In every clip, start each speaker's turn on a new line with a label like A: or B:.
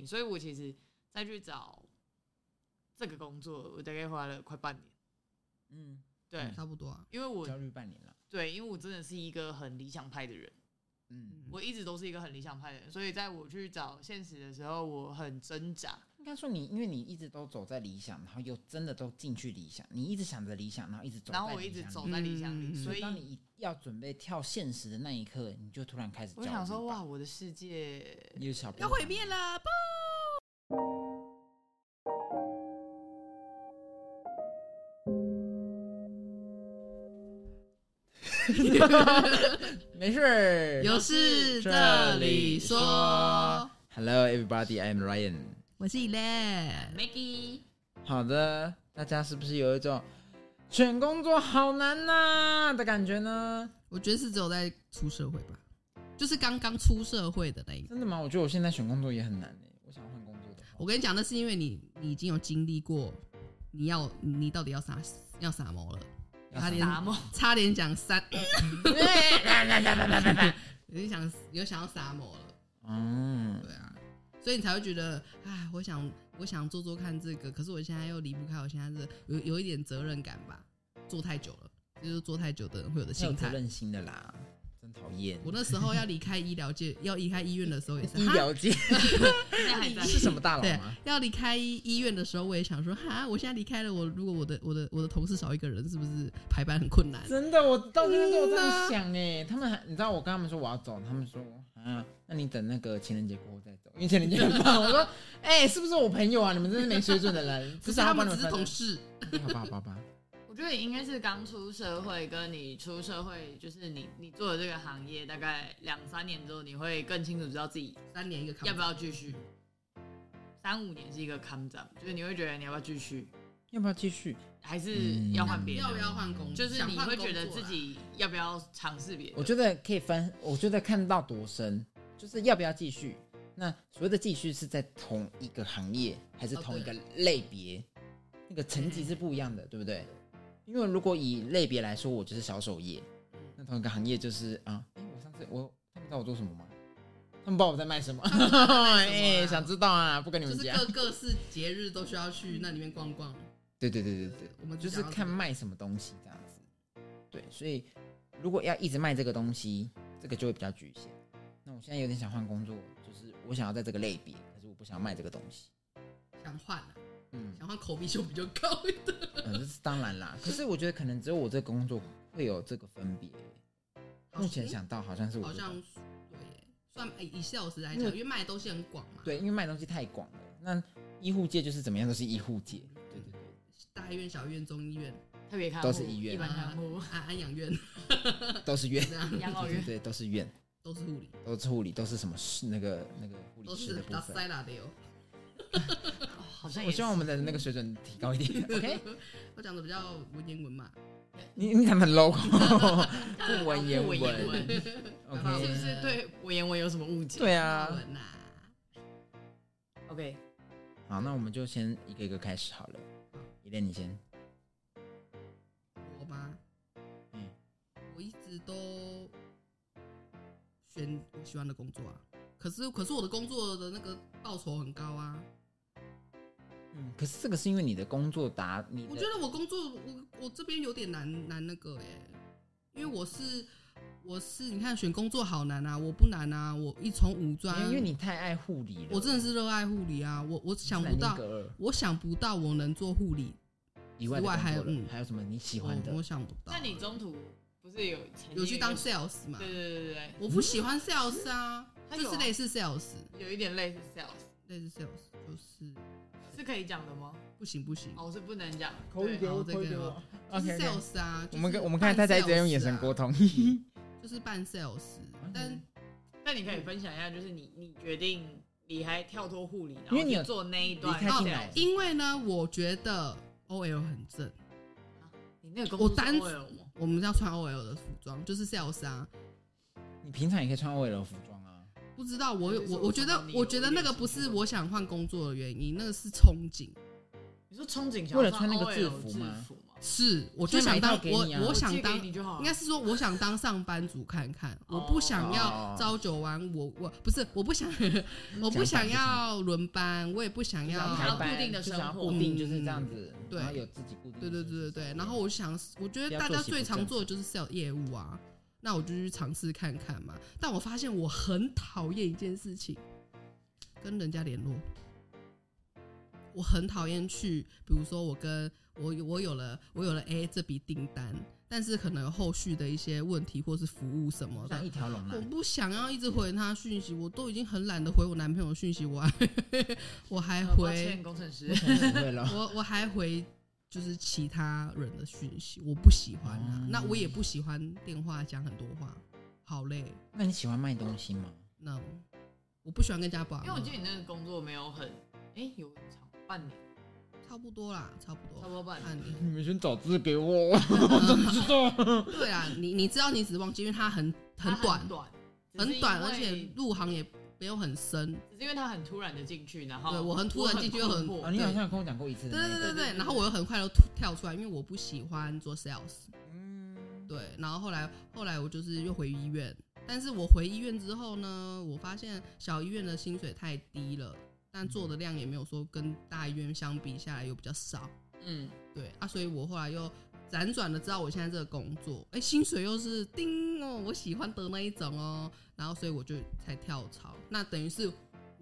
A: 情，所以我其实再去找这个工作，我大概花了快半年。
B: 嗯，
A: 对，
B: 嗯
C: 差不多啊。
A: 因为我
B: 焦虑半年了，
A: 对，因为我真的是一个很理想派的人，
B: 嗯，
A: 我一直都是一个很理想派的人，所以在我去找现实的时候，我很挣扎。
B: 应该说你，因为你一直都走在理想，然后又真的都进去理想，你一直想着理想，然后一直走在理想，
A: 然后我一直走在理想里，
C: 嗯
A: 所
B: 所
A: 以
B: 以当你要准备跳现实的那一刻，你就突然开始焦
A: 我
B: 虑吧，
A: 想说，哇，我的世界
B: 有小朋
C: 要
B: 友
C: 毁 灭了，不！
B: 没事儿。
C: 有事这里说。
B: Hello everybody, I'm Ryan。
C: 我是 Elaine，
A: Maggie，
B: 好的，大家是不是有一种选工作好难呐、的感觉呢？
C: 我觉得是只有在出社会吧，就是刚刚出社会的那一个。
B: 真的吗？我觉得我现在选工作也很难诶、我想换工作的
C: 我
B: 话，
C: 跟你讲，那是因为你你已经有经历过，你要你到底要啥要啥毛了，
B: 要
C: 差点
A: 达摩，
C: 差点讲三，有点想有想要撒某了，
B: 嗯，
C: 对啊，所以你才会觉得，哎，我想我想做做看这个，可是我现在又离不开我现在这有有一点责任感吧，做太久了，这就是做太久的人会有的
B: 太有
C: 心
B: 责
C: 态。
B: 任心的啦，真讨厌。
C: 我那时候要离开医疗界， 要离开医院的时候也是，
B: 医
C: 哈
B: 疗界
A: 现在还在
B: 是什么大佬
C: 对
B: 吗？
C: 要离开医院的时候，我也想说，哈，我现在离开了我，如果我的我的我的同事少一个人，是不是排班很困难？
B: 真的，我到现在都有这样想哎、他们还，你知道我跟他们说我要走，他们说啊，那你等那个情人节过后再走，因为情人节很棒。我说哎、是不是我朋友啊？你们真是没水准的人，不
C: 不是
B: 是要
C: 他
B: 帮
C: 们
B: 你
C: 只是
B: 分
C: 同事，
B: 好 吧，好吧，好吧，
A: 我觉得应该是刚出社会，跟你出社会，就是你你做的这个行业，大概两三年之后，你会更清楚知道自己
C: 三年一个扛
A: 要不要继续。三五年是一个坎长，就是你会觉得你要不要继续，
B: 要不要继续？
A: 还
B: 嗯
A: 是要换别的
C: 要？不要换工作？
A: 就是你
C: 想换
A: 会
C: 工
A: 觉得
C: 作啊
A: 自
C: 啦
A: 己要不要尝试别的？
B: 我觉得可以分，我觉得看到多深，就是要不要继续。那所谓的继续是在同一个行业，还是
C: 哦
B: 同一个
C: 对
B: 类别？那个层级是不一样的，对不对？因为如果以类别来说，我就是销售业，那同一个行业就是啊，哎、我上次我他们知道我做什么吗？他们不知道我在卖什么？ 哎、想知道啊，不跟你
C: 就
B: 们
C: 是
B: 讲。
C: 各各式节日都需要去那里面逛逛。
B: 对对对对对，
C: 我们只
B: 就是
C: 想要
B: 看
C: 这个
B: 卖什么东西这样子。对，所以如果要一直卖这个东西，这个就会比较局限。那我现在有点想换工作，就是我想要在这个类别，可是我不想卖这个东西。
C: 想换啊，
B: 嗯，
C: 想换口碑就比较高一点。
B: 呃这是当然啦。可是我觉得可能只有我这个工作会有这个分别。目前想到好像是我
C: 好
B: 这个
C: 像对耶，算哎以 sales 来讲，因为卖的东西很广嘛，，
B: 对，因为卖东西太广了。那医护界就是怎么样都是医护界，对对对，
C: 大医院、小医院、中医院、
A: 特别看
B: 都是医院
A: 一般看护
C: 啊，安安养院
B: 都是 院，
C: 这样
A: 养老
B: 对对
A: 院
B: 对，都是院，
C: 都是护理，
B: 都是护理，都是什么室那个那个护
C: 都
B: 理师
C: 是
B: 的部
C: 打
B: 分。
C: 塞拉的哟。
A: 好
C: 哦
A: 像
B: 我
A: 也
B: 希望我们的
C: 嗯
B: 那个水准提高一点。OK，
C: 我讲的比较文言文嘛，
B: 你你讲的 logo 哦不文
C: 哦
B: 言
A: 不文言
B: 文
A: 文，
B: ，OK，
A: 是不是对文言文有什么误解
B: 对
C: 文
B: 啊。
C: 文呐。
A: ？OK，
B: 好，那我们就先一个一个开始好了。依恋，你先。
C: 我吗？
B: 嗯，
C: 我一直都选我喜欢的工作啊。可是，可是我的工作的那个报酬很高啊！
B: 嗯，可是这个是因为你的工作达，你
C: 我
B: 的
C: 觉得我工作，我我这边有点难难那个耶、欸因为我是我是你看选工作好难啊，我不难啊，我一从五专，
B: 因为你太爱护理了，
C: 我真的是热爱护理啊，我我想
B: 是
C: 不
B: 哪
C: 到
B: 年，格尔
C: 我想不到我能做护理，
B: 以外的
C: 之外
B: 工
C: 还
B: 作
C: 有
B: 了
C: 嗯
B: 还有什么你喜欢
C: 我
B: 的
C: 我？想不到啊、
A: 那你中途不是有曾经
C: 有去当
A: 一个
C: sales 嘛？
A: 对对对对对，
C: 我不喜欢 sales 啊，
A: 他有
C: 就
A: 啊
C: 是类似 sales，
A: 有一点类似 sales，
C: 类似 sales 就是
A: 是可以讲的吗？
C: 不行不行，
A: 哦，是不能讲。
B: 口语
A: 对
B: 给我，
C: 好这
B: 口语给
C: 个哦
B: 我。
C: 就是
B: OK，OK
C: sales 啊。
B: 我们
C: 就是
B: 跟我们看大家一直在用眼神沟
C: 半 sales
B: 通。
C: 啊，就是半 sales，但
A: 那你可以分享一下，就是你你决定离开跳脱护理，然
B: 因为你
A: 后
B: 有
A: 去做那一段
B: 离开进
A: sales
B: 来
C: 因为呢，我觉得 OL 很正，
A: 你那个工
C: 我单
A: 作是 OL 吗
C: 我们要穿 OL 的服装，就是 sales 啊。
B: 你平常也可以穿 OL 服装啊。
C: 不知道我有
A: 就是
C: 我
A: 我
C: 我觉得
A: 看到你有
C: 我觉得那个不是我想换工作的原因，那个是憧憬。
A: 你说憧憬想要
B: 为了穿那个
A: OL
B: 制
A: 制
B: 服吗
A: 吗？
C: 是，我就
B: 先买
C: 想
B: 一套
C: 当
B: 给
C: 我
B: 你啊，
A: 我
C: 我想
A: 寄给
C: 当
A: 你就好了
C: 应该。是说，我想当上班族看看，
A: 哦
C: 我不想
B: 哦
C: 要朝九晚五，我不是，我不想， 我不想要轮班，我也不想
A: 你
C: 要
A: 想要
B: 排班
A: 固定的
B: 就想要
A: 生活
B: 固定
C: 嗯
B: 就是这样子，
C: 对
B: 然后有自己固定的生
C: 对对
B: 活。
C: 对对对。然后我想，我觉
B: 不
C: 得
B: 要
C: 大
B: 作
C: 家
B: 息
C: 最
B: 不
C: 常
B: 正
C: 做的就是 sell 业务啊，那我就去尝试看看嘛。但我发现我很讨厌一件事情，跟人家联络。我很讨厌去，比如说我跟我有我有了我有了 A 这笔订单，但是可能有后续的一些问题或是服务什么
B: 这
C: 的
B: 样，一条龙啊
C: 我，不想要一直回他讯息，我都已经很懒得回我男朋友讯息，我还我还
A: 呃抱
C: 回
A: 歉，工程师
B: 我。可能不会了。
C: 我我 还回就是其他人的讯息，我不喜欢啊
B: 哦，
C: 那我也不喜欢电话讲很多话，好累
B: 那你喜欢卖东西吗？
C: ，no，我不喜欢跟家宝，
A: 因为我记得你那个工作没有很，哎，有长半年，
C: 差不多啦，差不多，
A: 差不多半年。
C: 半年。
B: 你们先找字给我，
C: 嗯
B: 我怎么知道？
C: 对啊，你你知道你只是忘记，因为它很很
A: 它
C: 短
A: 很，短，只是
C: 很短，
A: 因为
C: 而且入行也没有很深，
A: 只是因为他很突然的进去，然后
C: 对我很突然进去又很
A: 困惑
B: 哦，你好像有跟我讲过一次
C: 对
B: 的那
C: 对
B: 一
C: 对
A: 对
B: 个。
C: 对
A: 对
C: 对，
A: 对
C: 然后我又很快又跳出来，因为我不喜欢做 sales。
B: 嗯，
C: 对，然后后来后来我就是又回医院，但是我回医院之后呢，我发现小医院的薪水太低了，但做的量也没有说跟大医院相比下来又比较少，
A: 嗯，
C: 对啊，所以我后来又辗转的知道我现在这个工作，哎，薪水又是叮哦，我喜欢的那一种哦，然后所以我就才跳槽，那等于是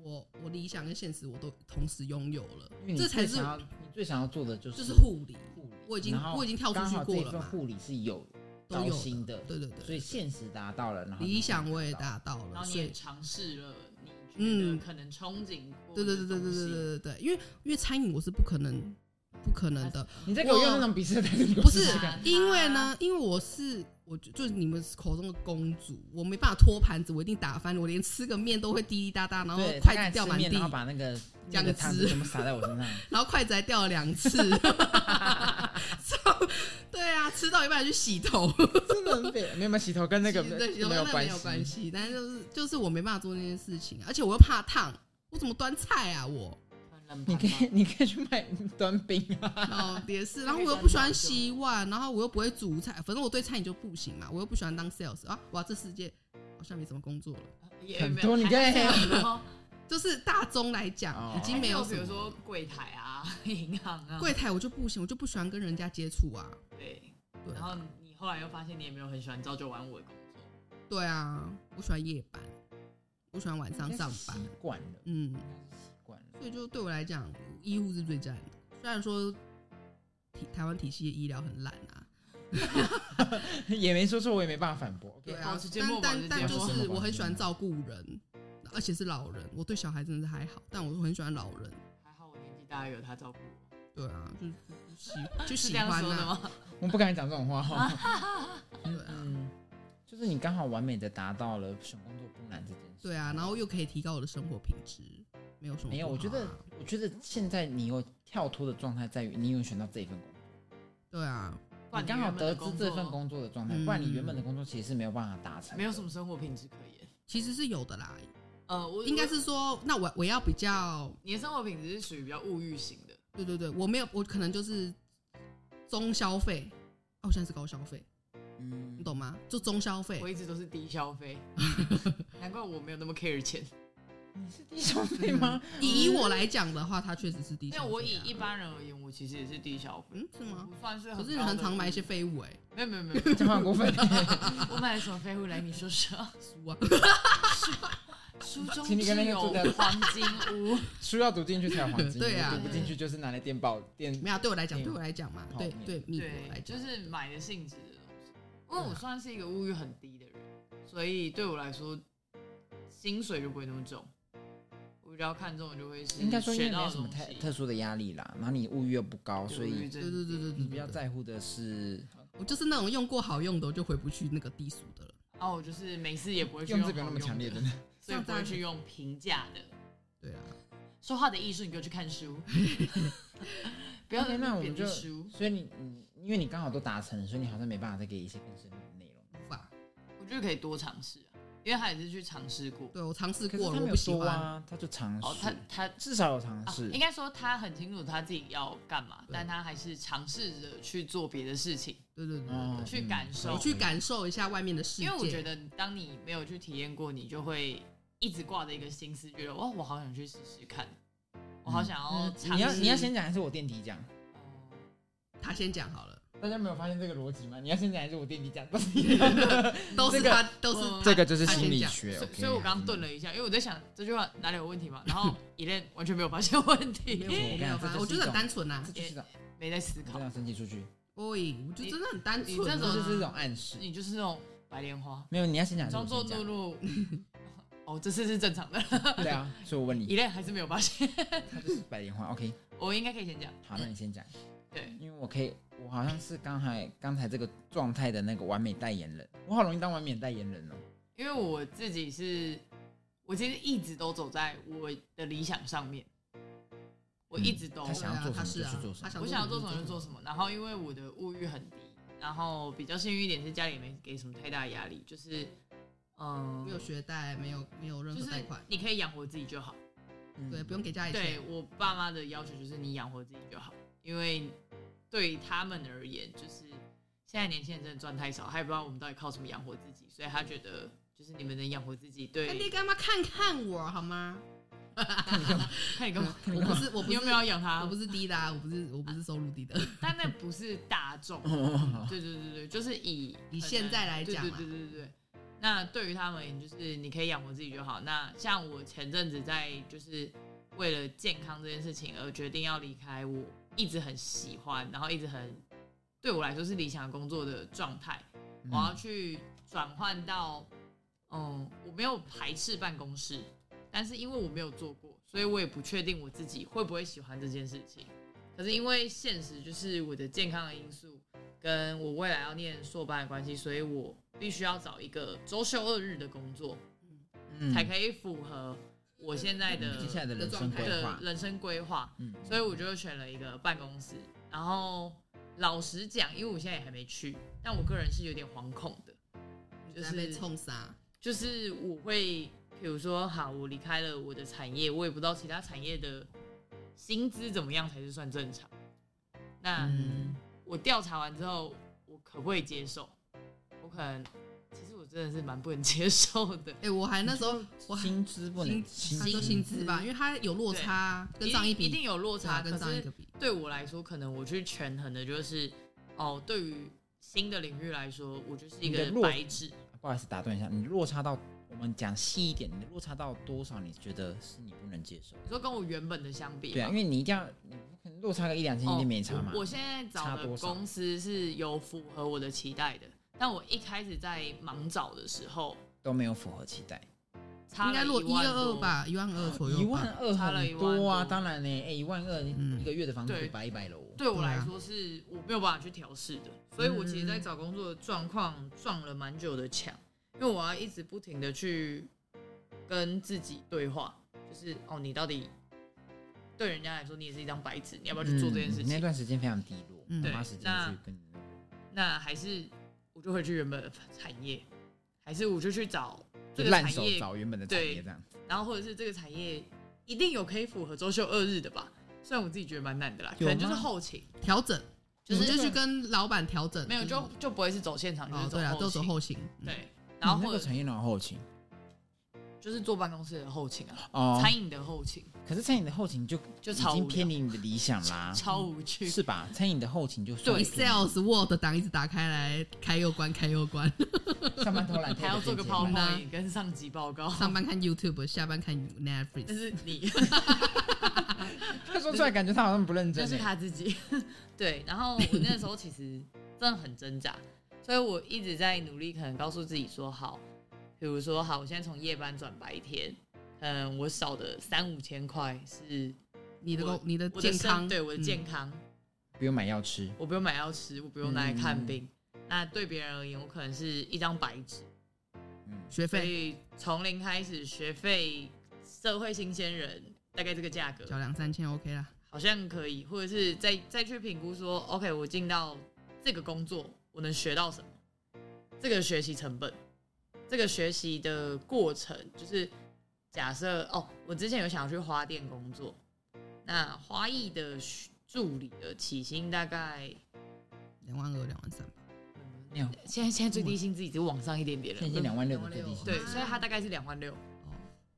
C: 我我理想跟现实我都同时拥有了
B: 因为，你
C: 这才
B: 最
C: 是
B: 想要，你最想要做的就
C: 就是是护理，
B: 护理
C: 我已经
B: 然后
C: 我已经跳出
B: 刚
C: 去
B: 好这
C: 过
B: 一
C: 了
B: 份
C: 嘛，
B: 护理是有
C: 都
B: 高
C: 有
B: 薪的，
C: 对对对，
B: 所以现实达到了，然后
C: 理想我也
B: 达。
C: 达到
A: 然
C: 了，
A: 后你
C: 所以
A: 也尝试了，你觉
C: 嗯
A: 得可能憧憬过
C: 对对
A: 的
C: 对对对
A: 东西
C: 对对对对，因为因为餐饮我是不可能不可能的，
B: 你在给我用那种鄙视的态度给我
C: 不
B: 试
C: 是
B: 试
A: 啊
B: 看，
C: 因为呢，因为我是我就就是你们口中的公主，我没办法拖盘子，我一定打翻，我连吃个面都会滴滴答答，然后
B: 对，他刚
C: 筷
B: 才
C: 子掉
B: 吃
C: 满
B: 面，
C: 地
B: 然，后把那个那
C: 酱
B: 个汤
C: 汁
B: 全部洒在我身上，
C: 然后筷子还掉了 两次，超对啊，吃到一半还去洗头，
B: 真的很啊北，没有没有洗头跟那个
C: 其实对，
B: 没有
C: 关
B: 关
C: 没有关
B: 系。
C: 系，但是就是就是我没办法做那件事情，啊而且我又怕烫，我怎么端菜啊我？
A: 很冷
B: 你
A: 盘
B: 可
A: 吗
B: 以，你可以去卖端冰啊，
C: 哦，也是。然后我又不喜欢洗碗，然后我又不会煮菜，反正我对餐饮就不行嘛。我又不喜欢当 sales 啊！哇，这世界好像没什么工作了。
A: 也
B: 很
A: 没有
B: 多你
A: 还
B: 可以
A: 是 很多
C: 就是大宗来讲，
B: 哦
C: 已经没有
A: 哎比
C: 什
A: 如
C: 么
A: 说柜台啊、银行啊，
C: 柜台，我就不行，我就不喜欢跟人家接触啊。
A: 对。
C: 对
A: 然后你后来又发现你也没有很喜欢朝九晚五的工作，
C: 对啊，我喜欢夜班，我喜欢晚上上班
B: 应该是。习惯了，
C: 嗯，
B: 应该是习惯了。
C: 所以就对我来讲，医护是最赞的。虽然说体台湾体系的医疗很烂啊，
B: 也没说错，我也没办法反驳。OK，
C: 对
A: 保
C: 啊
A: 持，缄
C: 但
A: 默
C: 但但
A: 保持
C: 就
A: 缄默
C: 是我很
A: 嗯
C: 喜欢照顾人，而且是老人。我对小孩真的是还好，但我很喜欢老人。
A: 还好我年纪大，有他照顾我，
C: 对啊，就是 喜就是喜
A: 这样
C: 欢
A: 说的
C: 啊。
A: 吗？
B: 我不敢讲这种话哦。
C: 对啊，
B: 嗯，就是你刚好完美的达到了选工作不难这件事。
C: 对啊，然后又可以提高我的生活品质，没有什么不好啊。
B: 没有，我觉得，我觉得现在你有跳脱的状态在于你有选到这一份工作。
C: 对啊，
A: 不然
B: 你刚好
A: 原本的
B: 得知这份
A: 工
B: 工作的状态，
C: 嗯
B: 不然你原本的工作其实是没有办法达成
A: 作
B: 的，
A: 没有什么生活品质可言。
C: 其实是有的啦。
A: 呃，我
C: 应该是说，那我我要比较，
A: 你的生活品质是属于比较物欲型的，
C: 对对对，我没有，我可能就是中消费。哦，我现在是高消费，
B: 嗯
C: 你，懂吗？就中消费
A: 我，一直都是低消费，难怪我没有那么 care 钱。
B: 你是低消费吗？
C: 以以我来讲的话，它确实是低消
A: 那
C: 费啊。
A: 我以一般人而言，我其实也是低消费，
C: 嗯是吗？
A: 不算是很。
C: 可是你很常买一些，废物哎、
A: 没有没有没有，没有
B: 讲话很过分，
A: 我买了什么废物来？你说说。
C: 书啊，
A: 书中
B: 请你跟那
A: 自
B: 个
A: 有
B: 作者
A: 黄金屋，
B: 书要读进去才有 黄金，
C: 对啊
B: 读不进去就是拿来电报电。
C: 没有啊对我来讲，
B: 嗯
C: 对我来讲嘛，对
B: 泡面
C: 对，蜜我
A: 对，
C: 来讲
A: 就是买的性质的东西。因
B: 啊
A: 为我算是一个物欲很低的人，所以对我来说，薪水就不会那么重。我比较看重的就会是
B: 应该说，因为
A: 学
B: 没
A: 到
B: 有
A: 的
B: 什么
A: 东
B: 太
A: 西，
B: 特殊的压力啦，然后你物欲又不高，所
A: 对物欲
B: 以
A: 真
C: 对对对对对，
B: 你比较
C: 对，
B: 在乎的是
C: 我就是那种用过好用的，我就回不去那个低俗的了。
A: 然啊后我就是每次也不会去
B: 用
A: 好
B: 字不用那么强烈，真的。
A: 所以不会去用平价的。
C: 对啊，
A: 说话的艺术，你给我去看 书，不要
B: OK，那我们就
A: 贬低书。
B: 所以你你，因为你刚好都达成了，所以你好像没办法再给一些更深入的内容。
C: 无法。
A: 我觉得可以多尝试啊，因因为他也是去尝试过。
C: 对我尝试
B: 可是
C: 过
B: 他
C: 了，我
B: 没有
C: 不喜
B: 说
C: 欢。
B: 啊，他就尝
A: 哦，他
B: 试，
A: 他
B: 至少有尝
A: 啊
B: 试
A: 应。该说他很清楚他自己要干嘛，
C: 对
A: 但他还是尝试着去做别的事情，
C: 对对对对
B: 嗯
C: 对
A: 去感受
C: 我去感受一下外面的世界。
A: 因为我觉得当你没有去体验过，你就会一直挂着一个心思，觉得哇，我好想去试试看，我好想要
C: 嗯
A: 尝试。
B: 你要你要先讲还是我垫底讲？
C: 他先讲好了，
B: 大家没有发现这个逻辑吗？你要先讲还是我垫底讲？都是
C: 都是
B: 嗯这个
C: 他，都是
A: 嗯
C: 他
B: 这个就是
C: 他先
B: 心理
C: 讲
B: 学
A: 所以
B: OK，啊嗯
A: 所以我刚刚顿了一下，因为我在想这句话哪里有问题嘛，然 后伊莲完全没有发现问
C: 没有
A: 题，
B: 我跟你
C: 没有
B: 讲
C: 吧？
B: 这就是
C: 我觉
B: 一
C: 得
B: 种
C: 很单纯啊
B: 这，就是一种，
A: 没在思
B: 你
A: 考
B: 这，样生气出去，
C: 喂，我觉得真的很单
A: 你这
C: 纯
B: 这
A: 种
B: 就
C: 啊。
B: 是一种暗示。
A: 你就是那种白莲花，
B: 没有，你要先讲还是
A: 装
B: 我
A: 作
B: 先
A: 懦
B: 讲？
A: 弱。哦，这次是正常的，
B: 对啊，所以我问
A: 伊
B: 你，
A: 莲还是没有发现，
B: 他就是白莲花。OK，
A: 我应该可以先讲，
B: 好，那你先讲，
A: 对，
B: 因为我可以，我好像是刚才刚才这个状态的那个完美代言人，我好容易当完美代言人哦。
A: 因为我自己是，我其实一直都走在我的理想上面，我一直都，
B: 嗯他想要做
C: 对啊他
B: 什
C: 是
B: 么就
C: 啊
B: 去做什么
C: 他
A: 我想要做什么
C: 就
A: 就做什么。然后因为我的物欲很低，然后比较幸运一点是家里也没给什么太大的压力，就是嗯
C: 没，有学贷，没有没有任
A: 就
C: 何
A: 是
C: 贷款，
A: 你可以养活自己就好。
B: 嗯
C: 对，不 用给家里
A: 对
C: 钱。
A: 我爸妈的要求就是你养活自己就好，因为对他们而言，就是现在年轻人真的赚太少，他也不知道我们到底靠什么养活自己，所以他觉得就是你们能养活自己，
C: 那你
A: 对，
C: 干嘛看看我好吗？
A: 看你干嘛？
C: 我不是，我不
A: 你
C: 是
A: 有没有养他？
C: 我不是低的、啊，我不是我不是收入低的。
A: 但那不是大众，
B: 哦
A: 对对对对，就是以可能
C: 以现在来讲
A: 对
C: 啊
A: 对对对对。那对于他们而言，就是你可以养活自己就好。那像我前阵子在就是为了健康这件事情而决定要离开我一直很喜欢，然后一直很对我来说是理想工作的状态，我要
C: 嗯
A: 去转换到嗯，我没有排斥办公室，但是因为我没有做过，所以我也不确定我自己会不会喜欢这件事情。可是因为现实就是我的健康的因素，跟我未来要念硕班的关系，所以我必须要找一个周休二日的工作，
B: 嗯
A: 才可以符合我现在的
B: 接下来的人生规
A: 的
B: 划，
A: 人生规划。
B: 嗯，
A: 所以我就选了一个办公室。然后老实讲，因为我现在也还没去，但我个人是有点惶恐的，就
C: 在被
A: 是
C: 冲杀，
A: 就是我会，比如说，好，我离开了我的产业，我也不知道其他产业的薪资怎么样才是算正常。那、
B: 嗯
A: 我调查完之后，我可不可以接受？我可能，其实我真的是蛮不能 接受的。
C: 哎、我还那时候我还
B: 薪资不能
C: 他说薪资吧，因为他有落差啊，跟上
A: 嗯
C: 一
A: 一
C: 比
A: 定有落
C: 对啊
A: 差，
C: 跟上一
A: 可
C: 个
A: 是
C: 比，
A: 对我来说，可能我去权衡的就是，哦，对于新的领域来说，我就是一
B: 你
A: 个
B: 的落
A: 白纸。
B: 不好意思打断一下，你落差到我们讲细一点，你的落差到多少？你觉得是你不能接受？
A: 你说跟我原本的相比，哦
B: 对
C: 哦
B: 啊，因为你一定要，你可能落差个一两千，一定没差嘛。
A: 我现在找
B: 差
A: 的
B: 多少
A: 公司是有符合我的期待的，但我一开始在盲找的时候，
B: 都没有符合期待，
A: 差了
C: 应该落一
A: 万
C: 二二
A: 多，
C: 吧，一万二左右
B: 一
C: 吧
B: 万二
A: 差了
B: 很
A: 一万
B: 多啊！
A: 多
B: 当然呢，哎，一万二
C: 嗯
B: 一个月的房租
A: 对
B: 就白一百喽。
A: 对我
C: 对啊
A: 来说是我没有办法去调试的，所以我其实，
B: 嗯
A: 在找工作的状况撞了蛮久的墙，因为我要一直不停的去跟自己对话，就是哦，你到底对人家来说你也是一张白纸，你要不要去做这件事
B: 嗯那
A: 情？
B: 段时间非常低落，
C: 嗯
B: 我
A: 对
B: 花时间
A: 那
B: 去跟你那个
A: 那还是我就回去原本的产业，还是我就去找这
B: 就
A: 个
B: 烂
A: 产
B: 手
A: 业
B: 找原本的产业
A: 对
B: 这样。
A: 然后或者是这个产业一定有可以符合周休二日的吧？虽然我自己觉得蛮难的啦，可
B: 有吗
A: 能就是后勤，
C: 调整，
A: 就
C: 你
A: 是
C: 们就去跟老板调整，
A: 没
B: 嗯
A: 有
C: 是
A: 就就不会是走现场，就是
C: 哦，对啊，都走
A: 勤。
C: 后勤，嗯，
A: 对，然后
B: 你那
A: 或
B: 个
A: 者
B: 产业哪后勤
A: 就是做办公室的后勤啊，
B: 哦，
A: 餐饮的后勤
B: 可是餐饮的后勤就
A: 就
B: 已
A: 超
B: 经
A: 无
B: 偏
A: 聊，
B: 离你的理想啦，
A: 超无趣。
B: 是吧？餐饮的后勤就
A: 对啊
B: 算
A: 会
B: 是偏离
C: Excel Word 档一直打开来，开又关，开又关，
A: 哦
B: 上班偷懒，
A: 还要做个
B: 泡
C: PowerPoint
B: 沫。
A: PowerPoint 跟上级报告，
C: 上班看 YouTube，下班看
A: 但
C: Netflix，
A: 是你，
B: 他说出来感觉他好像不认
A: 那
B: 真
A: 是
B: 欸。
A: 他自己。对，然后我那时候其实真的很挣扎，所以我一直在努力，可能告诉自己说好，比如说好，我现在从夜班转白天，嗯，我少的三五千块是
C: 你的工，你的
A: 我的
C: 健康，
A: 身对我的
C: 嗯
A: 健康，
B: 不用买药吃，
A: 我不用买药吃，我不用拿来看病。
C: 嗯
A: 那对别人而言，我可能是一张白纸，
B: 嗯，
C: 学
A: 所
C: 费
A: 以从零开始，学费、社会新鲜人大概这个价格
C: 交两三千 OK 啦，
A: 好像可以，或者是再再去评估说，OK，我进到这个工作，我能学到什么？这个学习成本，这个学习的过程，就是假设哦，我之前有想要去花店工作，那花艺的助理的起薪大概，
C: 两万二、两万三吧。
B: 没有，
A: 现在现在最低薪资已经往上一点点
B: 现在已经
A: 了，
B: 两万六的最低薪，
A: 对，所以他大概是两万六，
C: 哦，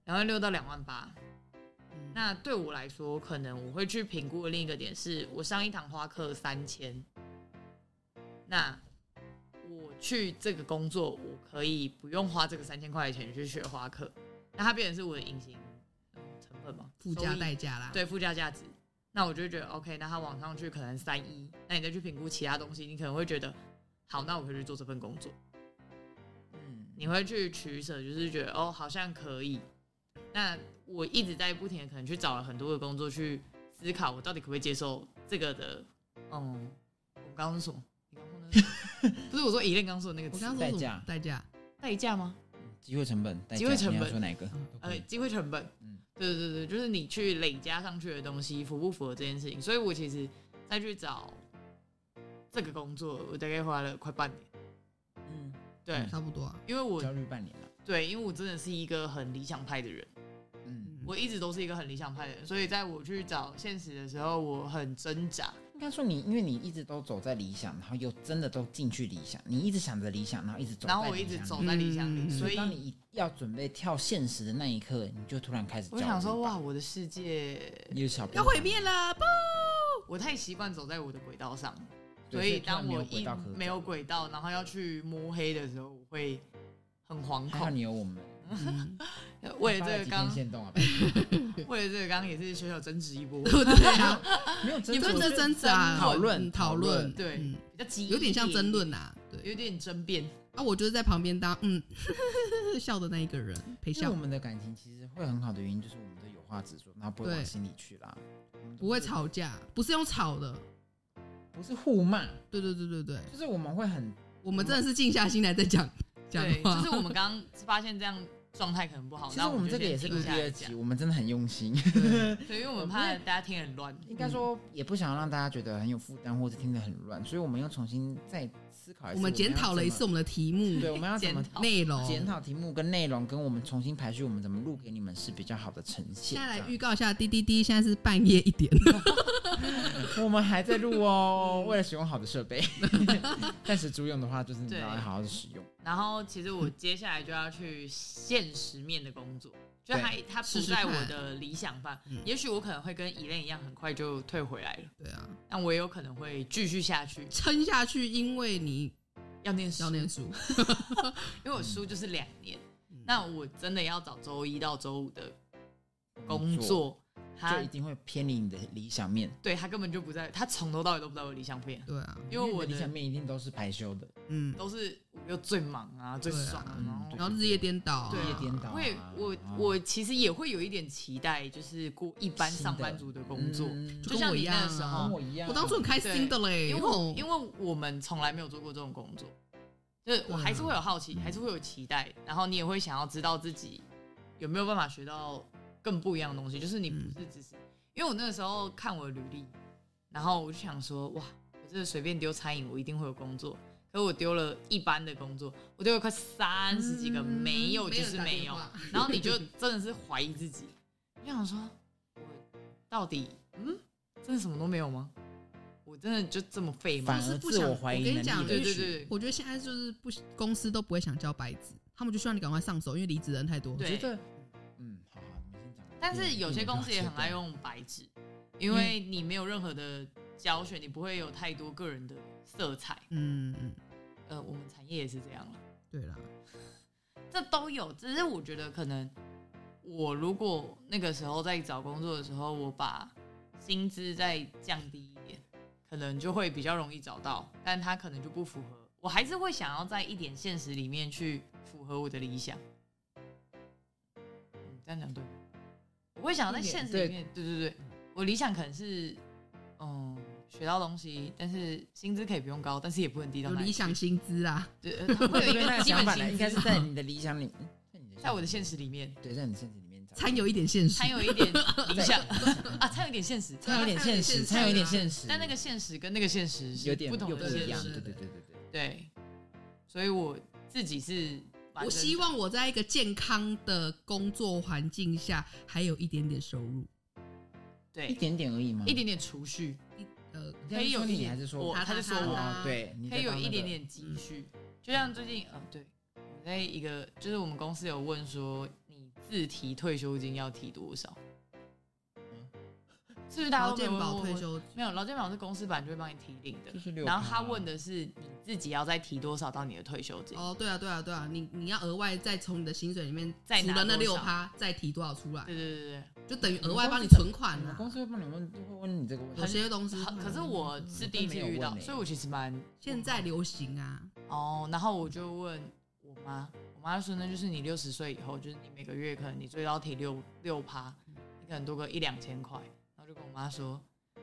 A: 两万六到两万八。
C: 嗯
A: 那对我来说，可能我会去评估的另一个点是，我上一堂花课三千，那我去这个工作，我可以不用花这个三千块钱去学花课，那它变成是我的隐形呃成本嘛，
C: 附加
A: 收益
C: 代价啦。
A: 对附加价值。那我就会觉得 OK，那它往上去可能三一，那你再去评估其他东西，你可能会觉得好，那我可以去做这份工作。
B: 嗯，
A: 你会去取舍，就是觉得哦，好像可以。那我一直在不停的可能去找了很多的工作去思考，我到底可不可以接受这个的？嗯，我刚刚说什么？你刚刚说那个 什么不是我说一练刚说的那个
C: 我
A: 词
C: 刚刚
B: 代
C: 说什
B: 价
C: 么代价？
A: 代价吗？
B: 机会成本，代价
A: 机会成本
B: 你要说哪个？
A: 呃，机会成本。
B: 嗯
A: 对对对，就是你去累加上去的东西符不符合这件事情。所以我其实再去找这个工作，我大概花了快半年。
B: 嗯，
A: 对，
C: 差不多啊。
A: 因为我
B: 焦虑半年了，
A: 对，因为我真的是一个很理想派的人。
B: 嗯，
C: 嗯
A: 我一直都是一个很理想派的人，所以在我去找现实的时候，我很挣扎。
B: 应该说你，因为你一直都走在理想，然后又真的都进去理想，你一直想着理想，然后一直走，
A: 然后我一直走，在理想里，
C: 嗯
A: 所
B: 所以
A: 以
B: 当你要准备跳现实的那一刻，你就突然开始焦
A: 我
B: 虑
A: 想说，，哇，我的世界，
B: 你的小朋友
C: 要毁，灭了，不！
A: 我太习惯走在我的轨道上，
B: 对
A: 所
B: 所以
A: 以当我
B: 突
A: 一
B: 然没有轨道可走
A: 没有轨道，然后要去摸黑的时候，我会很惶
B: 还好
A: 恐。
B: 你有我们，
C: 嗯
A: 为了这个
B: 发
A: 刚
B: 了几天，限动啊，
A: 为了这个刚也是小小争执一 波，
C: 对啊，
B: 没 有
C: 你
B: 真
C: 们这争执啊，
B: 讨论
C: 嗯讨论，
A: 对
C: 嗯
A: 比较激烈，
C: 有点像争，论呐。对，
A: 有点争辩。
C: 啊，我就是在旁边当嗯 笑的那一个人陪
B: 因为
C: 笑
B: 我，们的感情其实会很好的原因，就是我们都有话直说，然后不会
C: 对
B: 往心里去啦，我们都
C: 不会，吵架，不是用吵的。
B: 不是互骂，
C: 对对对对对，
B: 就是我们会很
C: 我们真的是静下心来在讲 讲
A: 对，
C: 话
A: 就。是我们刚刚发现这样状态可能不好，
B: 其实
A: 那
B: 我们
A: 就
B: 这个也是
A: 先
B: 录
A: 停
B: 第
A: 下来
B: 二
A: 讲
B: 集，我们真的很用心，
C: 对
A: 对，因为我们怕大家听得很乱。
B: 应该说也不想让大家觉得很有负担，或者听得很乱，所以我们又重新再思考一次，
C: 我们检讨了一次我，们的题目
B: 对，我们要怎么
A: 检讨
C: 内容。
B: 检讨题目跟内容，跟我们重新排序，我们怎么录给你们是比较好的呈现。
C: 现在来
B: 这
C: 预
B: 样
C: 告一下，滴滴滴，现在是半夜一点。
B: 我们还在录 哦，为了使用好的设备，
C: 嗯
B: 但是租用的话，就是你
A: 对
B: 要好好的使用。
A: 然后其实我接下来就要去现实面的工作，就它它不
C: 试试
A: 在
C: 看
A: 我的理想范，
C: 嗯
A: 也许我可能会跟以恋一样很快就退回来了，
C: 对啊，
A: 但我也有可能会继续下去，
C: 撑下去，因为你
A: 要念书
C: 要，念书。
A: 因为我书就是两年，
C: 嗯
A: 那我真的要找周一到周五的工
B: 工
A: 作，
B: 就
A: 他
C: 啊
B: 一定会偏离你的理想面，
A: 对他根本就不在，他从头到尾都不在我理想片，
C: 对啊，
A: 因为我
B: 你的理想
A: 的
B: 面一定都是排休的，
C: 嗯，
A: 都是我又最忙啊，最
C: 对啊
A: 爽啊，
B: 嗯
A: 然后
B: 对
C: 然后日夜颠倒啊，
A: 对
B: 夜颠倒啊。
A: 会，我
B: 啊
A: 我其实也会有一点期待，就是过一般上班族的工作，
B: 嗯
A: 就
C: 跟
A: 像
C: 我
A: 你
C: 一样
A: 那
C: 啊
A: 时候
B: 跟，我一样，
C: 我当初很开心的嘞，
A: 因为
B: 哦
A: 我因
C: 为
A: 为我们从来没有做过这种工作，就是我还是会有好奇，
B: 嗯
A: 还是会有期待，然后你也会想要知道自己有没有办法学到更不一样的东西，就是你
B: 嗯
A: 不是只是，因为我那个时候看我的履历，然后我就想说，哇，我这随便丢餐饮，我一定会有工作。可我丢了一般的工作，我丢了快三十
B: 嗯
A: 几个，没有就是没有。然后你就真的是怀疑自己，你就想说，我到底嗯，真的什么都没有吗？我真的就这么废吗
B: 反？
C: 就是
B: 而
C: 不
B: 自
C: 想
B: 我怀疑
C: 我跟你
B: 能力
C: 讲
B: 的
A: 对
B: 人
A: 对
B: 群
A: 对
C: 我觉得现在就是不公司都不会想交白纸，他们就希望你赶快上手，因为离职人太多。
A: 对
B: 我觉得，嗯，好好，你们先讲。
A: 但是
B: 嗯
A: 有些公司也很爱
B: 用。
A: 用白纸，因为你没有任何的教学，你不会有太多个人的色彩。
C: 嗯，嗯，
A: 呃，我们产业也是这样了，
C: 对啦，
A: 这都有。只是我觉得可能我如果那个时候在找工作的时候，我把薪资再降低一点，可能就会比较容易找到，但它可能就不符合。我还是会想要在一点现实里面去符合我的理想。嗯，这样讲对吗？我会想要在现实里面，对对对，我理想可能是，嗯，学到东西，但是薪资可以不用高，但是也不能低到
C: 有
A: 哪里
C: 理
A: 去。
C: 想薪资啊，
A: 对，呃它会有一
B: 对那
A: 个
B: 个
A: 基
B: 想
A: 本
B: 法
A: 薪
B: 呢，
A: 资，
B: 应该是在你的理想里，嗯
A: 在我的现实里面，
B: 对，在你的现实里面讲，
C: 掺有一点现实
A: 掺。有一 点理想啊，掺有一点现实，
B: 掺有点现实，
C: 掺
B: 掺有
C: 有一
B: 一
C: 点
B: 点
C: 现
B: 现实，
A: 但那个现实跟那个现实是
B: 有点
A: 不同
B: 又
A: 的
B: 不
A: 现
B: 一
A: 实
B: 样，
C: 现
B: 对
C: 实
B: 对对对对。
A: 对，所以我自己是反
C: 我
A: 正
C: 希望我在一个健康的工作环境下，还有一点点收入。
B: 一
A: 对
B: 点嗯点而已吗？
A: 一点点储蓄，
C: 呃，
B: 你在
A: 可以有
B: 说
A: 一
B: 你
A: 点
B: 还是说
A: 我
C: 他
A: 他就
C: 他
A: 说
C: 他
A: 我
B: 哦，对，你
A: 可
B: 在
A: 以有
B: 当那
A: 一
B: 个嗯
A: 点点积蓄，就像最近，呃，对，我在一个就是我们公司有问说，你自提退休金要提多少？
B: 嗯
A: 是不是大家
C: 劳
A: 都没
C: 健
A: 有问
C: 保
A: 过
C: 退休，
A: 没有，劳健保是公司版就会帮你提领的
B: 就。是六趴啊。
A: 然后他问的是你自己要再提多少到你的退休金？
C: 哦，对啊，对啊，对啊，你你要额外再从你的薪水里面
A: 再
C: 除
A: 拿
C: 了那
A: 多
C: 六
A: 少
C: 趴，再提多少出来，
A: 对对对
C: 就等于
B: 你
C: 额外
B: 公
C: 帮
B: 司
C: 你
B: 怎
C: 存款
B: 你们
C: 啊。
B: 公司会帮你问，会问你这个问
C: 有
B: 题。
C: 些东西
A: 对，
C: 会
A: 可可是我是第一次遇
B: 嗯都没有问
A: 到，
B: 欸
A: 所以我其实蛮
C: 现在流行啊，
A: 哦。然后我就问我妈，我妈就说那就是你六十岁以后，就是你每个月可能你最高提六六趴，
B: 嗯
A: 你可能多个一两千块。然后就跟我妈说，嗯、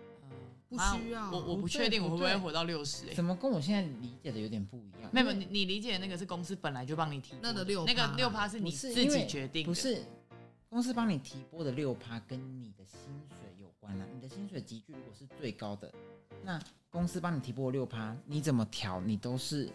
C: 不
A: 妈
C: 需要
A: 我我
B: 不
A: 不
B: 对
A: 确定我
B: 不
A: 会不会
B: 对
A: 活到六十、欸。
B: 怎么跟我现在理解的有点不一样？
A: 没有，
B: 因为
A: 你你理解的那个是公司本来就帮你提拨
C: 那
A: 的
C: 个6%
A: 那个六趴是
B: 不
A: 你
B: 是
A: 自
B: 因为
A: 己决定的，
B: 不是公司帮你提拨的六趴跟你的薪水有关啦、你的薪水集聚如果是最高的，那公司帮你提拨六趴，你怎么调你都是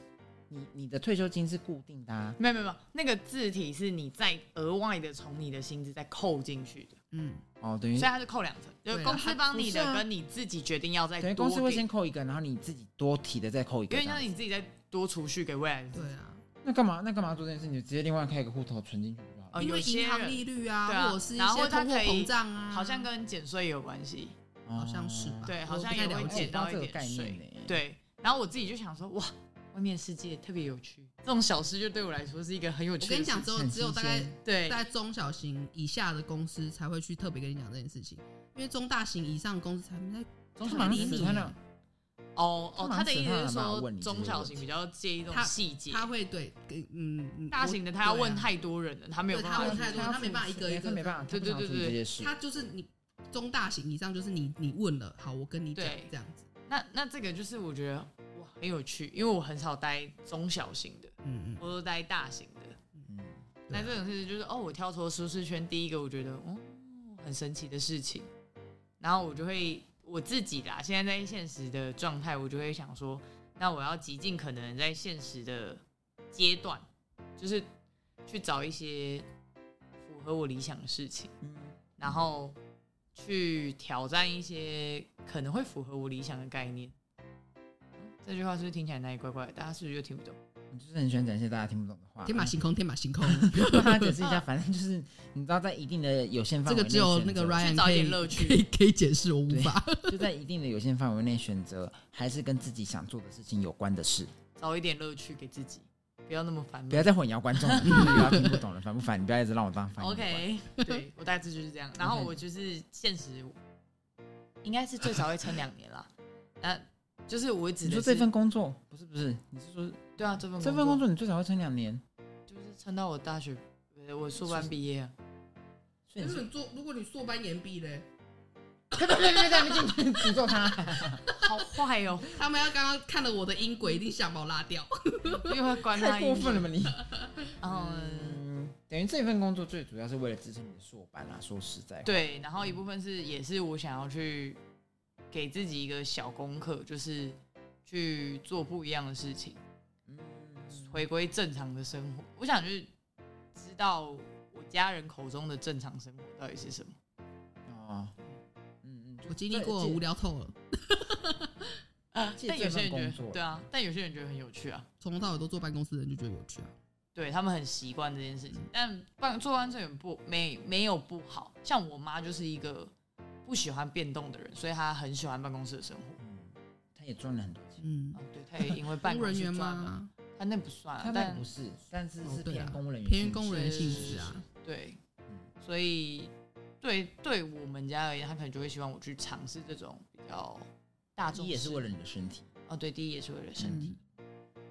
B: 你你的退休金是固定的、啊，
A: 没有没有没有，那个字体是你再额外的从你的薪资再扣进去的，
C: 嗯，
B: 哦，等于
A: 所以它是扣两层，就
C: 对
A: 是
C: 啊
A: 公司帮你
B: 不是
A: 的
B: 啊
A: 跟你自己决定要再
B: 等于
A: 多
B: 公司会
A: 给
B: 先扣一个，然后你自己多提的再扣一个
A: 有点
B: 这
A: 像
B: 样。
A: 你自己再多储蓄给未来的自己。
C: 对啊，
B: 那干嘛那干嘛做这件事？你就直接另外开一个户头存进去不就好了？
A: 哦
C: 因
A: 有
C: 为
A: 些
C: 银行
A: 人
C: 利率
A: 对
C: 啊，
A: 啊
C: 或者是一
A: 然后
C: 些
A: 它
C: 通货
A: 可以
C: 膨胀啊，
A: 好像跟减税有关系，
C: 好像是
B: 哦
C: 吧？
A: 对
C: 我
A: 好
C: 不
A: 像
C: 太
A: 也
C: 了
A: 会
C: 解
A: 减
B: 到
A: 到
B: 哎这
A: 一
B: 个
A: 点
B: 概念
A: 税
B: 呢、，
A: 对。然后我自己就想说，哇，外面世界特别有趣，这种小事就对我来说是一个很有趣
C: 我
A: 的
C: 跟
A: 事情。
C: 你讲，只有
B: 很
C: 只有
B: 新
C: 大概
B: 鲜
A: 对
C: 在中小型以下的公司才会去特别跟你讲这件事情，因为中大型以上的公司才没在
B: 总是蛮
C: 理
B: 死
C: 你
B: 他
C: 啊
B: 了。
A: 哦
B: 他
A: 哦，
B: 蛮
A: 他的意
B: 喜欢
A: 思
B: 的
A: 是
B: 嘛
A: 说
B: 问你这
A: 中
B: 个
A: 小
B: 问
A: 型比较介意这
C: 他
A: 种细节，
C: 他会对，给嗯，嗯
A: 大
C: 我
A: 型的他要
C: 对
A: 问
C: 啊
A: 太多人了，他没有
C: 对
A: 办
C: 他
A: 法
C: 问太多他没办法一个一个
B: 他没办法，
A: 对对对
B: 他不想处理这些事
C: 他就是你中大型以上，就是你你问了，好，我跟你讲
A: 对
C: 这样子，
A: 那那这个就是我觉得哇很有趣，因为我很少待中小型的，
C: 嗯
A: 我都待大型的。
B: 嗯
C: 嗯，
A: 那
C: 对
A: 这
C: 啊
A: 种事情就是哦，我跳脱舒适圈，第一个我觉得哦很神奇的事情，然后我就会我自己啦，现在在现实的状态，我就会想说，那我要极尽可能在现实的阶段，就是去找一些符合我理想的事情。
B: 嗯
A: 然后去挑战一些可能会符合我理想的概念。嗯这句话是不是听起来哪里怪怪的？大家是不是就听不懂？
B: 你就是很喜欢讲一些大家听不懂的话。
C: 天马行空，天马行空，
B: 帮他解释一下，反正就是你知道，在一定的有限范 围
C: 这个
B: 内
C: 只有那个
A: 去
B: 选择
C: Ryan
A: 找
C: 可
A: 一点
C: 以
A: 乐趣
C: 可以 可以解释，我无
B: 对
C: 法。
B: 就在一定的有限范围内选择，还是跟自己想做的事情有关的事，
A: 找一点乐趣给自己，不要那么烦
B: 不要
A: 闷。
B: 再混淆观众了， 不要听不懂了，烦不烦？你不要一直让我当翻译官。
A: OK，对 我大致就是这样。然后我就是现实，应该是最少会撑两年啦。 那就是我指
B: 你
A: 的
B: 说
A: 是
B: 这份工作不是不是，你是说
A: 对啊，这份
B: 这份工
A: 作
B: 作你最少会撑两年，
A: 就是撑到我大学，呃我硕班毕业啊。
B: 所 以你是
C: 做，如果你硕班延毕嘞，
B: 别别别别在那边诅咒他，
A: 好坏哦，
C: 他们要刚刚看了我的音轨，一定想把我拉 掉。
A: 又会关他
B: 太
A: 音
B: 过分了
A: 乐。
B: 吧你？
A: 嗯，
B: 嗯， 等于这份工作最主要是为了支撑你的硕班啦。说实在话，
A: 对，然后一部分是也是我想要去给自己一个小功课，就是去做不一样的事情，
B: 嗯，
A: 回归正常的生活。我想就是知道我家人口中的正常生活到底是什么。
B: 哦，嗯嗯，就
C: 我经历
B: 这
C: 过，
B: 这
C: 无聊透了，
B: 借
A: 但有些人觉
B: 这份工作
A: 得对啊，但有些人觉得很有趣啊，
C: 从头到尾都坐办公室的人就觉得有趣啊。
A: 对他们很习惯这件事情。但办做完这也不没没有不好，像我妈就是一个不喜欢变动的人，所以她很喜欢办公室的生活。
B: 嗯，他也赚了很多钱，
C: 嗯
A: 哦，，对，她也因为办
C: 公务
A: 公
C: 人
A: 室
C: 员
A: 赚了，
C: 嘛，
A: 她那不算啊，
B: 他那
A: 但
B: 不是，但是
C: 哦
B: 是
C: 对啊
B: 偏公务人员，
C: 偏公务人员
A: 是
C: 性质啊。
A: 对，
B: 嗯
A: 所以对对我们家而言，他可能就会希望我去尝试这种比较大
B: 第
A: 众
B: 一
A: 式，
B: 也是为了你的身体。
A: 哦，对，第一也是为了身体，
C: 嗯，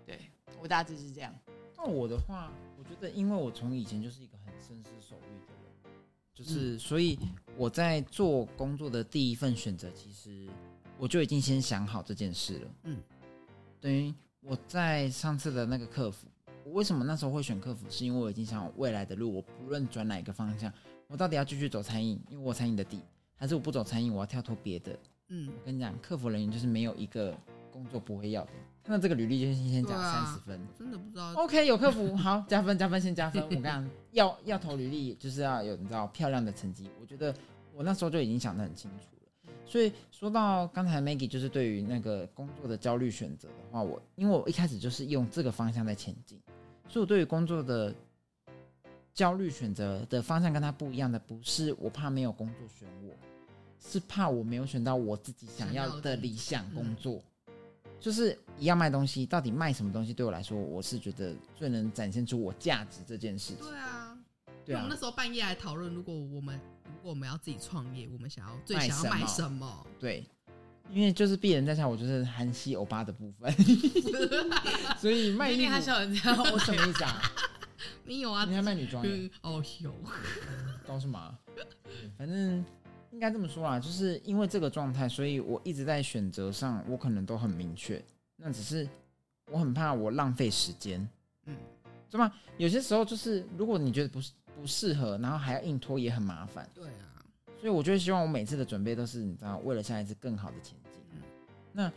A: 对我大致是这样，
B: 那我的话，我觉得因为我从以前就是一个很深思熟虑的人，
C: 嗯
B: 就是、所以我在做工作的第一份选择，其实我就已经先想好这件事了。
C: 嗯，
B: 等于我在上次的那个客服，我为什么那时候会选客服，是因为我已经想好未来的路，我不论转哪一个方向，我到底要继续走餐饮，因为我有餐饮的底，还是我不走餐饮，我要跳脱别的。
C: 嗯
B: 我跟你讲，客服人员就是没有一个工作不会要的，看到这个履历就先先加
C: 对啊
B: 三十分。
C: 真的不知道
B: OK，有客服好加分加分先加分。我跟你讲，要要投履历就是要有你知道漂亮的成绩。我觉得我那时候就已经想得很清楚了。所以说到刚才 Maggie 就是对于那个工作的焦虑选择的话，我因为我一开始就是用这个方向在前进，所以我对于工作的焦虑选择的方向跟他不一样的，不是我怕没有工作选我，是怕我没有选到我自己想要的理想嗯工作。就是一样卖东西，到底卖什么东西对我来说，我是觉得最能展现出我价值这件事情。
C: 对啊，因
B: 对
C: 为我
B: 啊
C: 们那，时候半夜还讨论，如果我们如果我们要自己创业，我们想要最
B: 卖
C: 想
B: 什
C: 要卖
B: 么
C: 什么？
B: 对，因为就是鄙人在下，我就是韩系欧巴的部分，所以卖
A: 你
B: 衣
A: 厉
B: 服
A: 害，笑成这样，
B: 我什么意思啊？
C: 你有啊
B: 你？还卖女装耶？
C: 嗯，哦有，
B: 搞什么啊？反正应该这么说啦，就是因为这个状态，所以我一直在选择上，我可能都很明确。那只是我很怕我浪费时间，
C: 嗯，
B: 对吗？有些时候就是，如果你觉得不是不适合，然后还要硬拖，也很麻烦。
C: 对啊，
B: 所以我就会希望我每次的准备都是你知道，为了下一次更好的前进。
C: 嗯
B: 那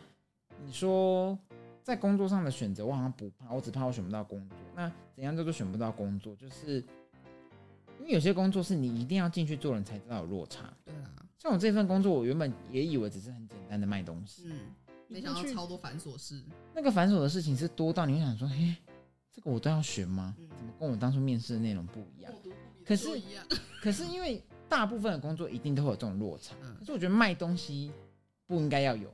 B: 你说在工作上的选择，我好像不怕，我只怕我选不到工作。那怎样叫做选不到工作？就是因为有些工作是你一定要进去做，你才知道有落差。
C: 对啊，
B: 像我这份工作，我原本也以为只是很简单的卖东西，
C: 嗯，
B: 一
C: 没想到
B: 进去
C: 超多繁琐事，
B: 那个繁琐的事情是多到你会想说，嘿，这个我都要学吗？
C: 嗯，
B: 怎么跟我当初面试的内容不一样？可
C: 可
B: 是
C: 是一样，
B: 可是因为大部分的工作一定都会有这种落差，可
C: 嗯，
B: 是我觉得卖东西不应该要有。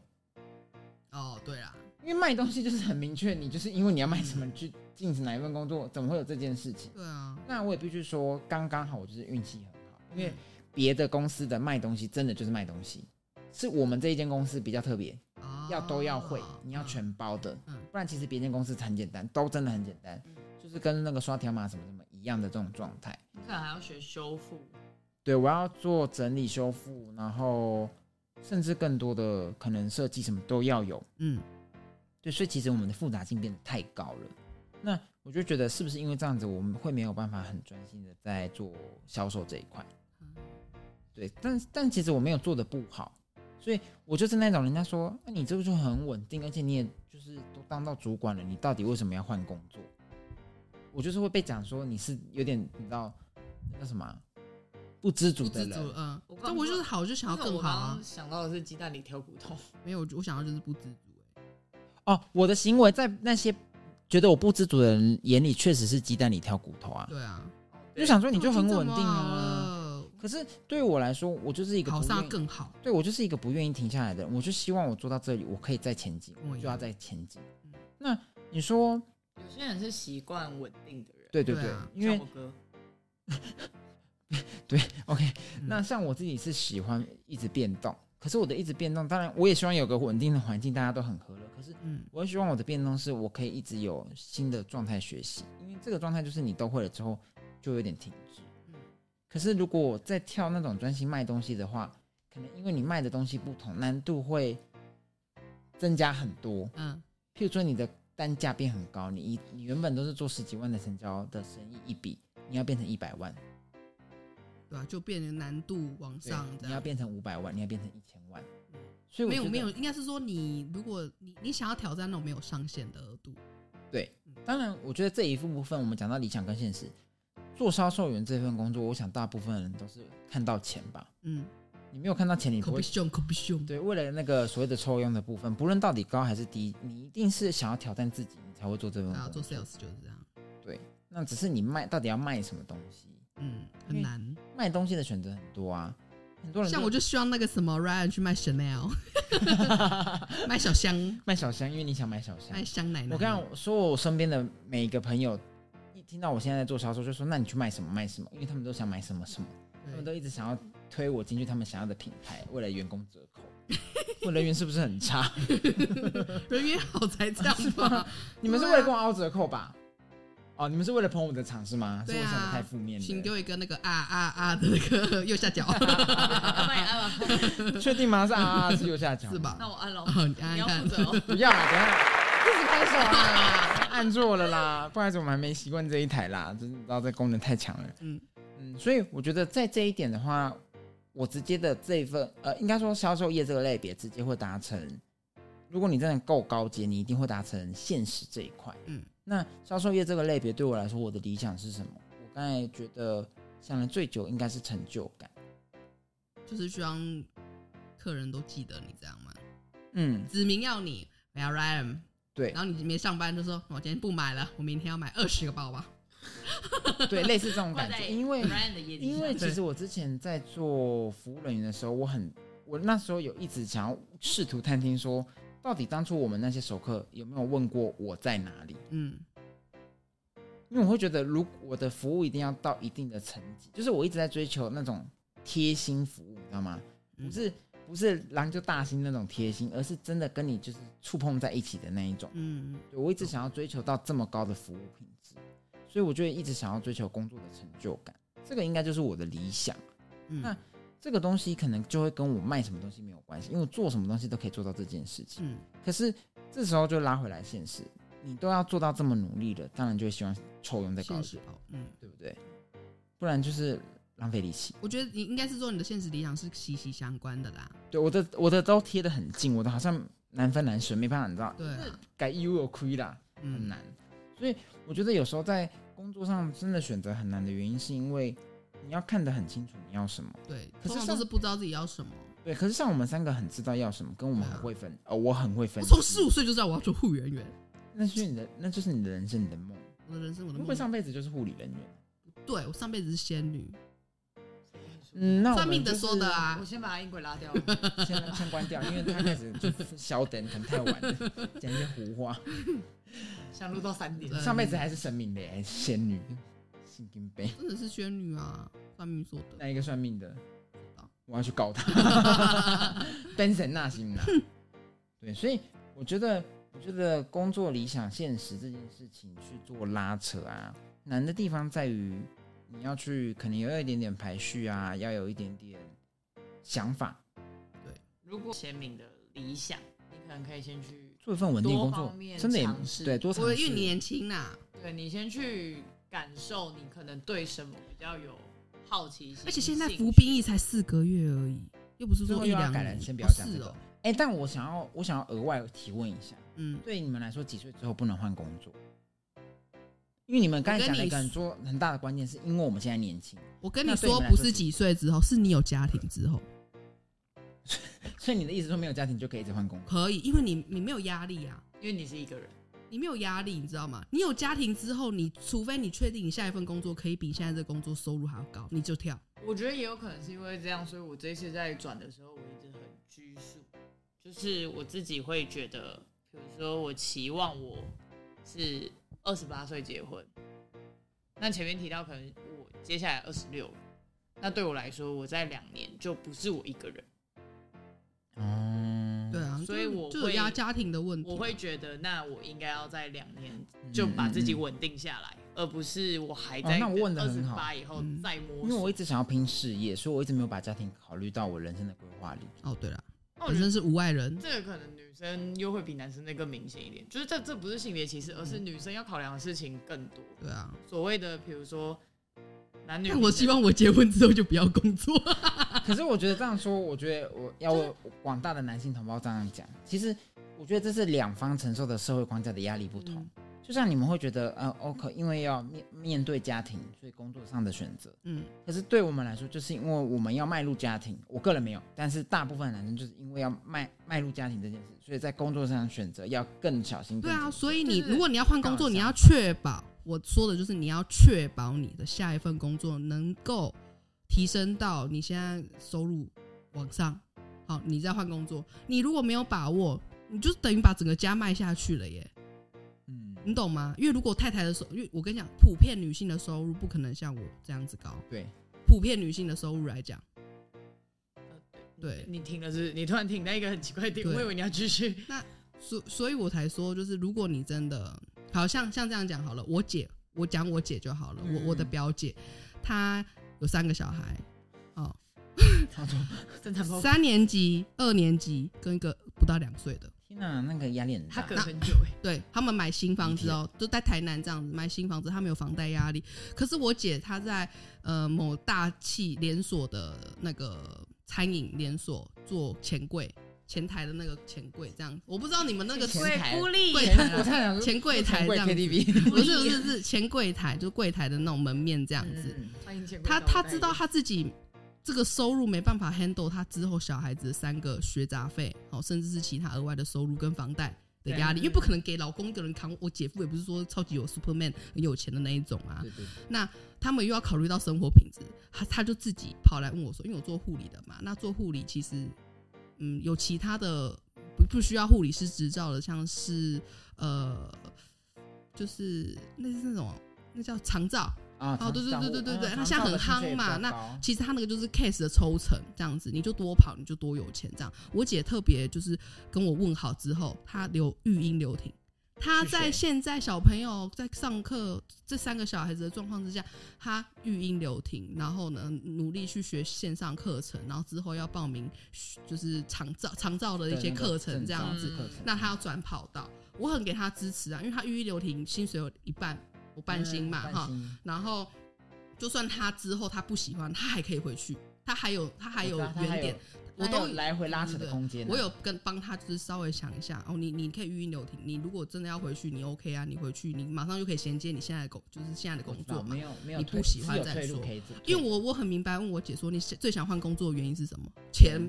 C: 哦对啦，嗯
B: 因为卖东西就是很明确，你就是因为你要卖什么你去进行哪一份工作，怎么会有这件事情？
C: 对啊，
B: 那我也必须说，刚刚好我就是运气很好，因为
C: 嗯
B: 别的公司的卖东西真的就是卖东西，是我们这一间公司比较特别，
C: 哦
B: 要都要会，你要
C: 嗯
B: 全包的
C: 嗯，
B: 不然其实别间公司很简单，都真的很简单
C: 嗯，
B: 就是跟那个刷条码什么什么一样的这种状态。
A: 你可能还要学修复，
B: 对我要做整理修复，然后甚至更多的可能设计什么都要有。
C: 嗯，
B: 对，所以其实我们的复杂性变得太高了。那我就觉得是不是因为这样子，我们会没有办法很专心的在做销售这一块
C: 嗯？
B: 对，但但其实我没有做的不好，所以我就是那种人家说，那、你这个就很稳定，而且你也就是都当到主管了，你到底为什么要换工作？我就是会被讲说你是有点你知道那叫什么啊不知足
C: 不
B: 的
C: 知
B: 人，
C: 足，嗯
A: 我，
C: 但
A: 刚
C: 我就是好，就想要
A: 但
C: 更
A: 我
C: 好
A: 刚
C: 啊
A: 刚，想到的是鸡蛋里挑骨头，
C: 没有，我想要就是不知足，哎
B: 哦，我的行为在那些觉得我不知足的人眼里，确实是鸡蛋里挑骨头啊。
C: 对啊，
B: 就想说你
C: 那
B: 就
C: 我已
B: 很
C: 经这
B: 稳
C: 么
B: 定
C: 好
B: 啊。
C: 了，
B: 可是对我来说，我就是一个
C: 啊好
B: 不
C: 上
B: 愿
C: 要
B: 意
C: 更好，
B: 对我就是一个不愿意停下来的人。我就希望我做到这里，我可以再前进，
C: 我
B: 我
C: 一
B: 就要
C: 样
B: 再前进
C: 嗯。
B: 那你说，
A: 有些人是习惯稳定的人，
B: 对对
C: 对
B: 对，
C: 啊
B: 因
A: 像
B: 为
A: 我哥，
B: OK，、
C: 嗯
B: 那像我自己是喜欢一直变动，可是我的一直变动，当然我也希望有个稳定的环境，大家都很和乐。可是
C: 嗯，
B: 我希望我的变动是我可以一直有新的状态学习，因为这个状态就是你都会了之后就有点停滞
C: 嗯。
B: 可是如果我再跳那种专心卖东西的话，可能因为你卖的东西不同，难度会增加很多。
C: 嗯，
B: 譬如说你的单价变很高，你一你原本都是做十几万的成交的生意一笔，你要变成一百万，
C: 对啊，就变成难度往
B: 对
C: 上，这
B: 你要
C: 样。嗯
B: 变成五百万，你要变成一千万。所以我
C: 没有
B: 觉得
C: 没有，应该是说你如果你你想要挑战那种没有上限的额度，
B: 对，
C: 嗯
B: 当然，我觉得这一部分我们讲到理想跟现实，做销售员这份工作，我想大部分人都是看到钱吧。
C: 嗯，
B: 你没有看到钱，你
C: 可
B: 不
C: 不
B: 会
C: 凶可不凶，
B: 对。为了那个所谓的抽佣的部分，不论到底高还是低，你一定是想要挑战自己，你才会做这份
C: 啊，
B: 工
C: 做
B: 作。
C: sales 就是这样，
B: 那只是你卖到底要卖什么东西，
C: 嗯，
B: 因
C: 很
B: 为
C: 难。
B: 卖东西的选择很多啊，很多人
C: 像我就希望那个什么 Ryan 去卖 Chanel，卖小香，
B: 卖小香，因为你想买小香
C: 卖。香奶奶。
B: 我刚刚说我身边的每一个朋友，一听到我现在在做销售，就说那你去卖什么卖什么，因为他们都想买什么什么。他们
C: 对
B: 都一直想要推我进去他们想要的品牌，为了员工折 扣。我人缘是不是很差？
C: 啊人缘好才这样吧？
B: 你 们是为了跟我凹折扣吧？哦，你们是为了捧我的场是吗？是
C: 对啊
B: 我想的太负面
C: 请给
B: 了。
C: 我一个那个啊啊啊的那个右下角，
A: 那你按吧，
B: 确定吗？是啊，是右下角
C: 是？吧？
A: 那我按喽，
C: 哦，你按
A: 你
C: 一
A: 要
C: 看
A: 负，责哦。
B: 不要啦，等一下一直拍手啊，按错了啦，不好意思，我们还没习惯这一台啦，就是你知道这功能太强了。
C: 嗯
B: 嗯，所以我觉得在这一点的话，我直接的这一份呃，应该说销售业这个类别直接会达成如果你真的够高阶，你一定会达成现实这一块。
C: 嗯，
B: 那销售业这个类别对我来说，我的理想是什么？我刚才觉得想了最久应该是成就感。
C: 就是希望客人都记得你这样嘛。
B: 嗯，
C: 指名要你我要 Ryan，
B: 对
C: 然后你没上班就说我今天不买了，我明天要买二十个包吧。
B: 对，类似这种
A: 挂
B: 感
A: 在
B: 觉，因为
A: Ryan 的业绩上，
B: 因为其
C: 对
B: 实我之前在做服务人员的时候，我很我那时候有一直想要试图探听说，到底当初我们那些熟客有没有问过我在哪里？
C: 嗯，
B: 因为我会觉得，如我的服务一定要到一定的层级，就是我一直在追求那种贴心服务，你知道吗？
C: 嗯
B: 不是不是狼就大心那种贴心，而是真的跟你就是触碰在一起的那一种。
C: 嗯，
B: 对我一直想要追求到这么高的服务品质，所以我就一直想要追求工作的成就感，这个应该就是我的理想。
C: 嗯
B: 那这个东西可能就会跟我卖什么东西没有关系，因为我做什么东西都可以做到这件事情。
C: 嗯
B: 可是这时候就拉回来现实，你都要做到这么努力了，当然就会希望抽用在高
C: 现
B: 一
C: 实
B: 点，
C: 包，嗯，
B: 对不对？不然就是浪费力气。
C: 我觉得你应该是说你的现实理想是息息相关的啦。
B: 对，我的我的都贴得很近，我的好像难分难舍，没办法，你知道，
C: 对啊，
B: 改 U 有亏啦，很
C: 嗯
B: 难。所以我觉得有时候在工作上真的选择很难的原因，是因为你要看得很清楚你要什么。
C: 对，
B: 可是
C: 通常
B: 像
C: 都是不知道自己要什么。
B: 对，可是像我们三个很知道要什么，跟我们很会分，呃，我很会分
C: 嗯我
B: 析。
C: 从十五岁就知道我要做护员员，
B: 那就是你的，那就是你的人生，你的梦。
C: 我的人生我的
B: 会不会
C: 梦想。
B: 上辈子就是护理人员？
C: 对我上辈子是仙女，
B: 嗯，那我
C: 算
B: 们
C: 命
B: 就
C: 的
B: 是
C: 说的啊
A: 我。先把他音轨拉掉了。
B: 先 先关掉，因为他开始就消灯，可能太晚了，讲一些胡话。
A: 想录到三 点，
C: 对
B: 上辈子还是神明的，还是仙女，神经病。
C: 真的是仙女啊，算命说的。
B: 那一个算命的啊
C: 道，
B: 我要去告他， 单神纳心啦。对，所以我觉得，我觉得工作理想现实这件事情去做拉扯啊，难的地方在于你要去，可能要有一点点排序啊，要有一点点想法，
A: 如果鲜明的理想，你可能可以先去，
B: 做一份稳定工
A: 多
B: 作
A: 方，面
B: 真的也
A: 尝试
B: 对，多尝
C: 我
B: 试。
C: 因为你年轻呐，
A: 对你先去感受，你可能对什么比较有好奇心，
C: 而且现在
A: 兴趣
C: 服兵役才四个月而已，又不是
B: 最
C: 说
B: 后
C: 一
B: 又要
C: 两
B: 改
C: 年。
B: 了，先不要
C: 哦
B: 讲
C: 是
B: 这个
C: 哦。。
B: 哎，但我想要，我想要额外提问一下，
C: 嗯，
B: 对你们来说，几岁之后不能换工作？因为你们刚才讲了一个很多很大的关键，是因为我们现在年轻，
C: 我跟你
B: 那对你
C: 说，
B: 们来
C: 不
B: 说
C: 是
B: 是
C: 几岁之后，是你有家庭之后
B: 所以你的意思说没有家庭就可以一直换工作？
C: 可以，因为你你没有压力啊，
A: 因为你是一个人，
C: 你没有压力，你知道吗？你有家庭之后，你除非你确定你下一份工作可以比现在这个工作收入还要高，你就跳。
A: 我觉得也有可能是因为这样，所以我这一次在转的时候，我一直很拘束，就是我自己会觉得，比如说我期望我是二十八岁结婚，那前面提到可能我接下来二十六了，那对我来说，我在两年就不是我一个人，
B: 哦，
C: 对，啊，
A: 所以
C: 就
A: 我
C: 就有
A: 会
C: 压家庭的问题。
A: 我会觉得那我应该要在两年就把自己
B: 嗯嗯。嗯
A: 稳定下来，而不是我还
B: 哦
A: 在
B: 那我问得
A: 二十
B: 很好
A: 八以后
C: 嗯
A: 再
B: 嗯
A: 摸
B: 因为
A: 索。
B: 我一直想要拼事业，所以我一直没有把家庭考虑到我人生的规划里。
C: 哦，对了，
A: 那我
C: 本
A: 觉得
C: 身是无外人，
A: 这个可能女生又会比男生的更明显一点，就是这这不是性别歧视，而是
C: 嗯
A: 女生要考量的事情更多。
C: 对啊。
A: 所谓的比如说男女平
C: 但
A: 等，
C: 我希望我结婚之后就不要工作。
B: 可是我觉得这样说，我觉得我要为广大的男性同胞这样讲，其实我觉得这是两方承受的社会框架的压力不同。就像你们会觉得，呃，OK，因为要面面对家庭，所以工作上的选择。
C: 嗯，
B: 可是对我们来说，就是因为我们要迈入家庭，我个人没有，但是大部分男生就是因为要迈迈入家庭这件事，所以在工作上选择要更小心。
C: 对啊，
B: 更谨慎
C: 所以你
A: 就是
C: 如果你要换工
B: 干
C: 作，
B: 嘛
C: 你
B: 这样
C: 要确保我说的就是你要确保你的下一份工作能够提升到你现在收入往上。好，你再换工作，你如果没有把握，你就等于把整个家卖下去了耶，
B: 嗯，
C: 你懂吗？因为如果太太的收，因为我跟你讲，普遍女性的收入不可能像我这样子高。
B: 对，
C: 普遍女性的收入来讲，对
A: 你听了是不是你突然停在一个很奇怪的地方，
C: 对
A: 我以为你要继续。
C: 所所以我才说，就是如果你真的好像像这样讲好了，我姐，我讲我姐就好了，
B: 嗯
C: 我我的表姐，她有三个小孩，
B: 他说
A: 侦探包，
C: 三年级、二年级跟一个不到两岁的，
B: 天哪，那个压力很
A: 他
B: 大
A: 隔。
C: 那
A: 很久哎、
C: 对他们买新房子哦，就在台南这样子买新房子，他们有房贷压力。可是我姐她在呃某大气连锁的那个餐饮连锁做钱柜前台的那个钱柜这样。我不知道你们那个
B: 前
C: 钱
B: 台
A: 对，啊孤立
C: 柜
B: 前
C: 台
B: 我差 点想说
C: 钱柜台
B: 钱
C: 这
B: 柜
C: 样子
B: KTV
C: 不是不是是前柜台，就柜台的那种门面这样子。
B: 嗯
A: 欢迎前辈
C: 他
A: 到我
C: 他
A: 代
C: 知道
A: 理
C: 他自己这个收入没办法 handle 他之后小孩子的三个学杂费，好，甚至是其他额外的收入跟房贷的压力，
A: 对
C: 因为不可能给老公一个人扛。我姐夫也不是说超级有 Superman 很有钱的那一种啊，
B: 对对
C: 那他们又要考虑到生活品质，他他就自己跑来问我说，因为我做护理的嘛，那做护理其实，嗯，有其他的不不需要护理师执照的，像是呃，就是那是那种那叫长照，
B: 啊，
C: 哦对对对对对对
B: 他
C: 它现在很夯嘛那其实他那个就是 case 的抽成，这样子你就多跑，你就多有钱。这样，我姐特别就是跟我问好之后，她留育婴留停。她
B: 是谁
C: 在现在小朋友在上课这三个小孩子的状况之下，她育婴留停，然后呢努力去学线上课程，然后之后要报名就是长照长照的一些课程这样子。
A: 嗯
C: 那他要转跑道，我很给他支持啊，因为他育婴留停薪水有一半，我
B: 嗯
C: 半薪嘛哈、然后就算他之后他不喜欢，他还可以回去，他还有他还有原点，，
B: 我
C: 我都有
B: 来回拉扯的空间啊，
C: 我有跟帮他就是稍微想一下哦，你你可以预音留停，你如果真的要回去，你 OK 啊，你回去你马上就可以衔接你现在的工，就是现在的
B: 我
C: 工
B: 知道
C: 作嘛。
B: 没有没有
C: 你
B: 退
C: 不喜欢
B: 是有
C: 再
B: 退路
C: 说
B: 可以做，
C: 因为我我很明白，问我姐说你最想换工作的原因是什么？钱。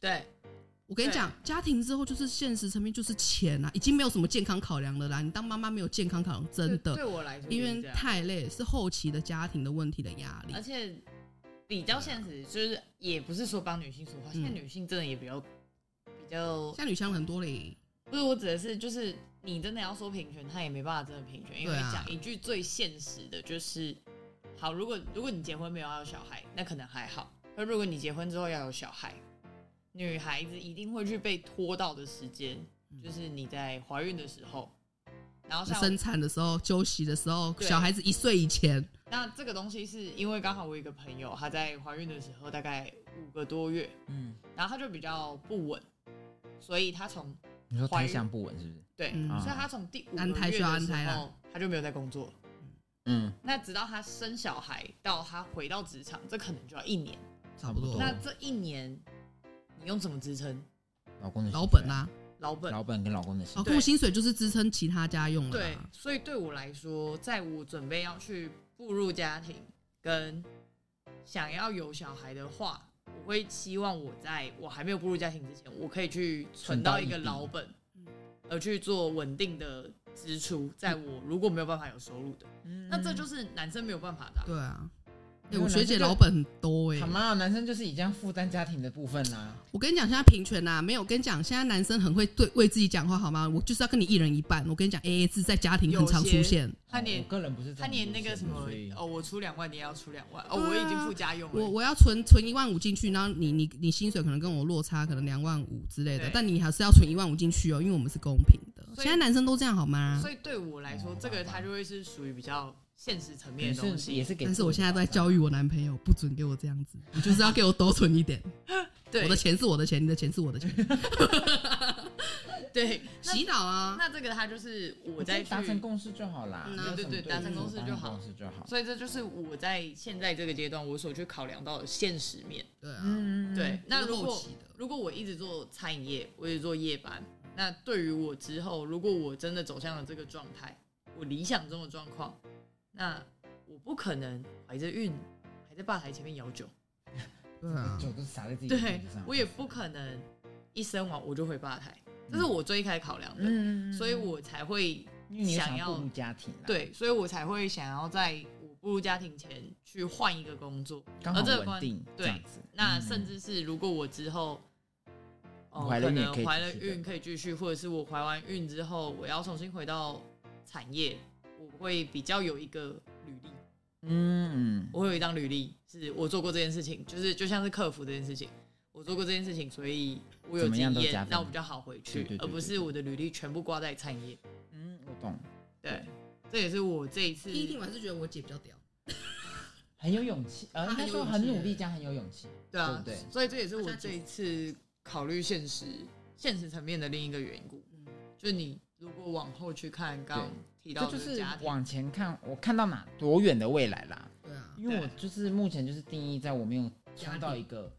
A: 对
C: 我跟你讲，家庭之后就是现实层面就是钱啊，已经没有什么健康考量了啦。你当妈妈没有健康考量，真
A: 对
C: 的，
A: 对我来说
C: 因
A: 就是
C: 为
A: 这样
C: 太累，是后期的家庭的问题的压力
A: 而。且比较现实，就是也不是说帮女性说话，现在
C: 嗯
A: 女性真的也比较比较，
C: 像女生很多嘞，
A: 不是我指的是就是你真的要说平权，她也没办法真的平权，因为
C: 对啊
A: 讲一句最现实的就是，好，如果如果你结婚没有要有小孩，那可能还好，而如果你结婚之后要有小孩，女孩子一定会去被拖到的时间，就是你在怀孕的时候，然后哦像
C: 生产的时候、休息的时候，
A: 对
C: 小孩子一岁以前，
A: 那这个东西是因为刚好我有一个朋友，她在怀孕的时候大概五个多月。
B: 嗯，
A: 然后他就比较不稳，所以他从
B: 你说
A: 怀
B: 胎
A: 孕
B: 象不稳是不是？
A: 对，
C: 嗯
A: 所以他从第五个
C: 安胎
A: 月
C: 需要
A: 的
C: 安
A: 时
C: 胎啦
A: 候，他就没有在工作。
B: 嗯，
A: 那直到他生小孩到他回到职场，这可能就要一年。
C: 差不多
B: 哦
A: 那这一年，你用什么支撑？
B: 老公的
C: 老
B: 薪
C: 本啊
B: 水，
C: 啦，
A: 老本。
B: 老本跟老公的薪
C: 老
B: 水，
C: 啊
A: 对
C: 公薪水就是支撑其他家用了
A: 对
C: 啦，，
A: 所以对我来说，在我准备要去步入家庭跟想要有小孩的话，我会希望我在我还没有步入家庭之前，我可以去存到一个老本
C: 存到一，
A: 而去做稳定的支出。在我如果没有办法有收入的，那
B: 嗯
A: 这就是男生没有办法的啊、
C: 对啊。哎、
B: 因为
C: 我学
B: 男生
C: 姐
B: 就
C: 老本很多哎、
B: 好嘛，男生就是已经要负担家庭的部分啊啦，
C: 我跟你讲，现在平权啊，没有。我跟你讲，现在男生很会对为自己讲话，好吗？我就是要跟你一人一半。我跟你讲，A A 制在家庭很常出现。
A: 他连
B: 我个人不是这
A: 他
B: 样的
A: 连那
B: 路
A: 个
B: 线
A: 什么
B: 所以
A: 哦，我出两万，你也要出两万哦，
C: 对啊
A: 我已经付家用
C: 我
A: 了。
C: 我要存存一万五进去，然后你你你薪水可能跟我落差可能两万五之类的
A: 对，
C: 但你还是要存一万五进去哦，因为我们是公平的。
A: 所
C: 现
A: 以
C: 在男生都这样好吗
A: 所？以对我来说，
B: 哦
A: 这个他就会是属于比较现实层面
B: 也
A: 的东西
B: 是。也是给自己的保障，
C: 但是我现在都在教育我男朋友，不准给我这样子，你就是要给我多存一点。
A: 对
C: 我的钱是我的钱，你的钱是我的 钱，
A: 对，那
C: 洗脑啊！
A: 那这个他就是我
B: 我
A: 在
B: 在达
A: 去
B: 成共识就好啦，
C: 嗯
B: 没有
A: 对对
B: 什么
A: 达成
B: 立
A: 共
B: 场
A: 识
B: 达
A: 就
B: 成
A: 好
B: 共识就好。
A: 所以这就是我在现在这个阶段我所去考量到的现实面。
C: 对啊，
B: 嗯，
A: 对，那
C: 这是
A: 如
C: 后
A: 果
C: 期的，
A: 如果我一直做餐饮业，我一直做夜班，那对于我之后如果我真的走向了这个状态，我理想中的状况，那我不可能怀着孕还在吧台前面摇酒，
C: 对啊，
B: 酒都洒在自己的
A: 对
B: 裙子上，
A: 我也不可能一生完我就回吧台，这是我最一开始考量的，
B: 嗯
A: 所以我才会
B: 因为你也
A: 想
B: 想
A: 要
B: 要步入家庭啦，，
A: 对，所以我才会想要在我步入家庭前去换一个工作。
B: 刚好
A: 而这个
B: 稳
A: 关
B: 定这
A: 对
B: 样子，
A: 那
B: 嗯
A: 甚至是如果我之后，哦，
B: 怀了
A: 可
B: 孕也
A: 能
B: 可以
A: 怀
B: 继
A: 了
B: 续
A: 孕
B: 的
A: 可以继续，或者是我怀完孕之后，我要重新回到产业，我会比较有一个履历，
B: 嗯，
A: 我会有一张履历，是我做过这件事情，就是就像是客服这件事情。我做过这件事情，所以我有
B: 怎么样
A: 经
B: 都加
A: 验
B: 分，
A: 那我比较好回去
B: 对对，对
A: 而不
B: 对
A: 是
B: 对
A: 我的履历全部挂在产业。
B: 嗯，我懂，
A: 对，这也是我这一次
C: 第一听我还是觉得我姐比较屌。
B: 很有勇气，呃，
C: 他
B: 应该
C: 很有
B: 说
C: 勇
B: 很
C: 气
B: 努力加很有勇气，
A: 对啊，
B: 哦对不对
A: 所以这也是我
C: 好像其
A: 这
C: 实
A: 一次考虑现实、现实层面的另一个缘故。
C: 嗯
A: 就是你如果往后去看，刚刚提
B: 这
A: 到的
B: 就是
A: 家庭，
B: 往前看，我看到哪多远的未来啦，
C: 对啊，
B: 因为我
A: 对
B: 就是目前就是定义在我没有
C: 家
B: 创到
C: 庭
B: 一个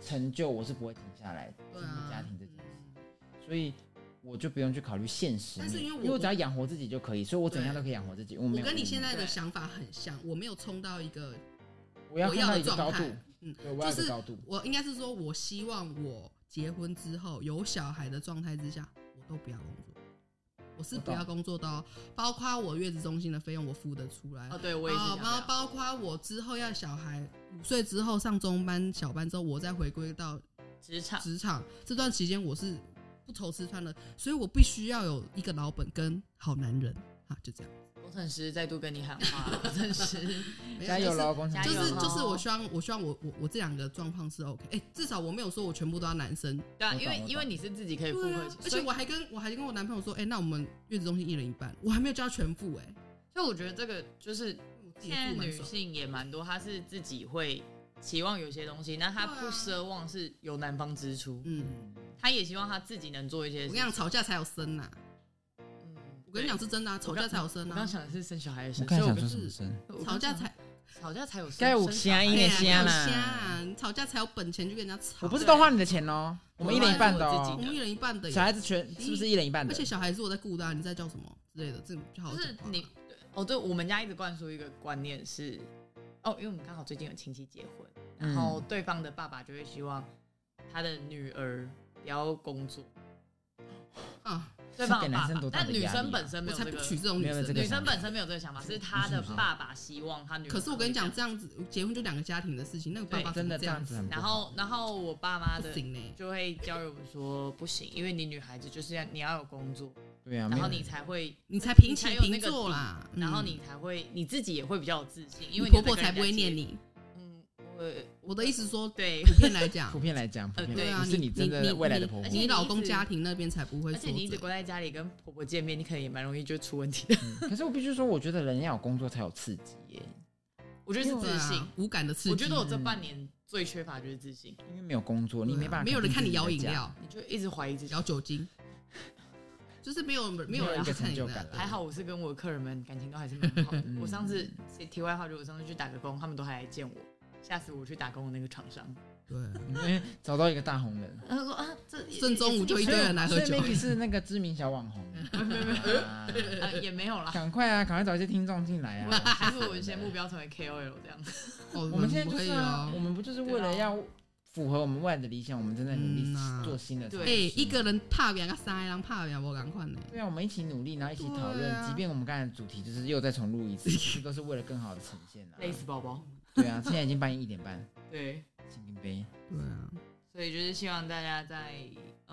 B: 成就，我是不会停下来经
C: 对
B: 营
C: 啊，
B: 家庭这件事。
C: 嗯
B: 所以我就不用去考虑现实面，
C: 但是因为我
B: 我只要养活自己就可以，所以我怎样都可以养活自己。我没
C: 我
B: 有
C: 跟你
B: 顾虑
C: 现在的
A: 对
C: 想法很像，我没有冲到一个
B: 我要
C: 我
B: 看
C: 要
B: 到
C: 的
B: 一个高
C: 状
B: 度
C: 态，嗯，
B: 对，我要一
C: 就
B: 个
C: 是
B: 高度。
C: 我应该是说，我希望我结婚之后有小孩的状态之下，我都不要工作，我是
B: 我
C: 不
B: 懂
C: 要工作的哦，包括我月子中心的费用我付得出来，
A: 哦，对我也是
C: 哦
A: 想
C: 然后
A: 要，
C: 包括我之后要小孩五岁之后上中班、小班之后，我再回归到
A: 职场
C: 职场这段期间，我是不愁吃穿的，所以我必须要有一个老本跟好男人啊，就 这样，
A: 工程师再度跟你喊话 了，工程师，
C: 没有
B: 加油
C: 就是
B: 喽，工程
A: 加
B: 师！
C: 就是
A: 油
C: 就是，
A: 哦
C: 我希望我希望我我我这两个状况是 OK，哎、至少我没有说我全部都要男生，
A: 对啊，
B: 我懂
A: 因为
B: 我懂
A: 因为你是自己可以付
C: 对
A: 回
C: 啊
A: 去，，
C: 而
A: 所
C: 且
A: 以
C: 我还跟我还跟我男朋友说，哎、那我们月子中心一人一半，我还没有叫他全付哎、
A: 所以我觉得这个就是
C: 我自己
A: 现在
C: 付蛮
A: 女
C: 爽，
A: 性也蛮多，她是自己会期望有些东西，那她
C: 对啊
A: 不奢望是由男方支出，
C: 嗯，
B: 嗯
A: 她也希望她自己能做一些
C: 我
A: 事
C: 跟你
A: 情。
C: 讲，吵架才有生呐、
A: 嗯
C: 我跟你讲，是真的、啊，吵架才有生
A: 我
C: 呐、
A: 刚想的是生小孩的事，
B: 我刚才
A: 所以
B: 想
A: 我跟
B: 说什么声？
A: 我
C: 吵
A: 刚
C: 架
A: 想
C: 才
A: 吵架才有
B: 该有
A: 生小孩
B: 声音
C: 对
B: 的
C: 啊
B: 声啦
C: 没有瞎你吵架才有本钱去跟人家吵。
B: 我不是都花你的钱哦，我们一人一半的
A: 我
C: 我
B: 哦
A: 自。
C: 们一人一半的耶，
B: 小孩子全是不是一人一半
C: 而
B: 的
C: 且？小孩是我在顾的、啊，你在叫什么之类的，这种就好
A: 就
C: 讲
A: 是
C: 话
A: 你哦，对，我们家一直灌输一个观念是，哦，因为我们刚好最近有亲戚结婚，然后
B: 嗯
A: 对方的爸爸就会希望他的女儿不要工作，
C: 啊，
A: 对方
B: 给
A: 的
B: 男
A: 爸
B: 生多
A: 爸，
B: 大
A: 但
B: 的
A: 女
B: 压力
A: 生
B: 啊
A: 本身没
C: 我
A: 有
C: 才
A: 这
C: 不
A: 个，
C: 娶这种女
B: 没有
C: 生。
B: 这个
A: 女
B: 想
A: 生
B: 法
A: 本身没有这个想法，是她的爸爸希望她女儿。
C: 可是我跟你讲，，这样子结婚就两个家庭的事情，那个爸爸
B: 真的
C: 怎
B: 这
C: 么
B: 样
C: 子
B: 子很不
A: 然
B: 好。
A: 后然后我爸妈
C: 不
A: 的
C: 行欸呢。
A: 就会教育我们说不行，因为你女孩子就是要你要有工作，
B: 对啊，
A: 然后
B: 没有
A: 你才会，
C: 你才平起
A: 你才有
C: 平
A: 那个
C: 坐啦，
A: 然后
C: 嗯
A: 你才会你自己也会比较有自信，因为
C: 你
A: 你有在
C: 婆
A: 跟
C: 婆才
A: 人
C: 不会
A: 家
C: 念
A: 接。
C: 你。
A: 嗯，我
C: 我的意思说，
A: 对
C: 普遍来讲
B: 普，遍来讲，普
A: 呃
B: 遍
A: 对
B: 来
C: 啊
B: 讲，是
C: 你
B: 你真
C: 你
B: 的
C: 你
B: 未来的
C: 你
B: 婆
A: 而
B: 婆
A: 且。
C: 你老公
A: 你一直
C: 家庭那边才不会
A: 而
C: 说啊
A: 且你一直
C: 这
A: 关
C: 个。
A: 在家里跟婆婆见面，你可能也蛮容易就出问题的。
B: 嗯可是我必须说，我觉得人要有工作才有刺激耶，
A: 我觉得是自
C: 对啊
A: 信，
C: 无感的刺激。
A: 我觉得我这半年最缺乏就是自信，
B: 因为没有工作，你没办法，
C: 啊没有人看你摇饮，料，
A: 你就一直怀疑自己
C: 摇。酒 精，就是没有没有
B: 没有
C: 人
B: 一个
C: 看
B: 成
C: 你
B: 就
C: 的。
B: 感了
A: 还好我是跟我的客人们感情都还是蛮好的。
B: 嗯
A: 我上次题外话，就我上次去打个工，他们都还来见我。下次我去打工的那个厂商，
C: 对，
B: 因为找到一个大红人。
A: 他说啊，这也
C: 正中午就一堆人来喝
B: 所
C: 酒
B: 以，maybe 是那个知名小网红。 啊
A: 呃也没有啦。
B: 赶快啊，赶快找一些听众进来 啊！
A: 其实我一些目标成为 KOL 这样，
C: 哦
B: 我们现在
C: 不
B: 就
C: 可以
B: 是啊，我
C: 哦。
B: 们不就是为了要符合我们未来的理想，我们正在努力
C: 嗯啊
B: 做新的尝
A: 对
C: 哎、
B: 试。
C: 一个人怕两个三人怕两我赶快呢。
B: 对啊，我们一起努力，然后一起讨
C: 对
B: 论。
C: 啊
B: 即便我们刚才的主题就是又再重录一 次，其实都是为了更好的呈现啊。
A: 累死宝宝。
B: 对啊，现在已经半夜一点半，
A: 对，
B: 请干杯。
C: 对啊，
A: 所以就是希望大家在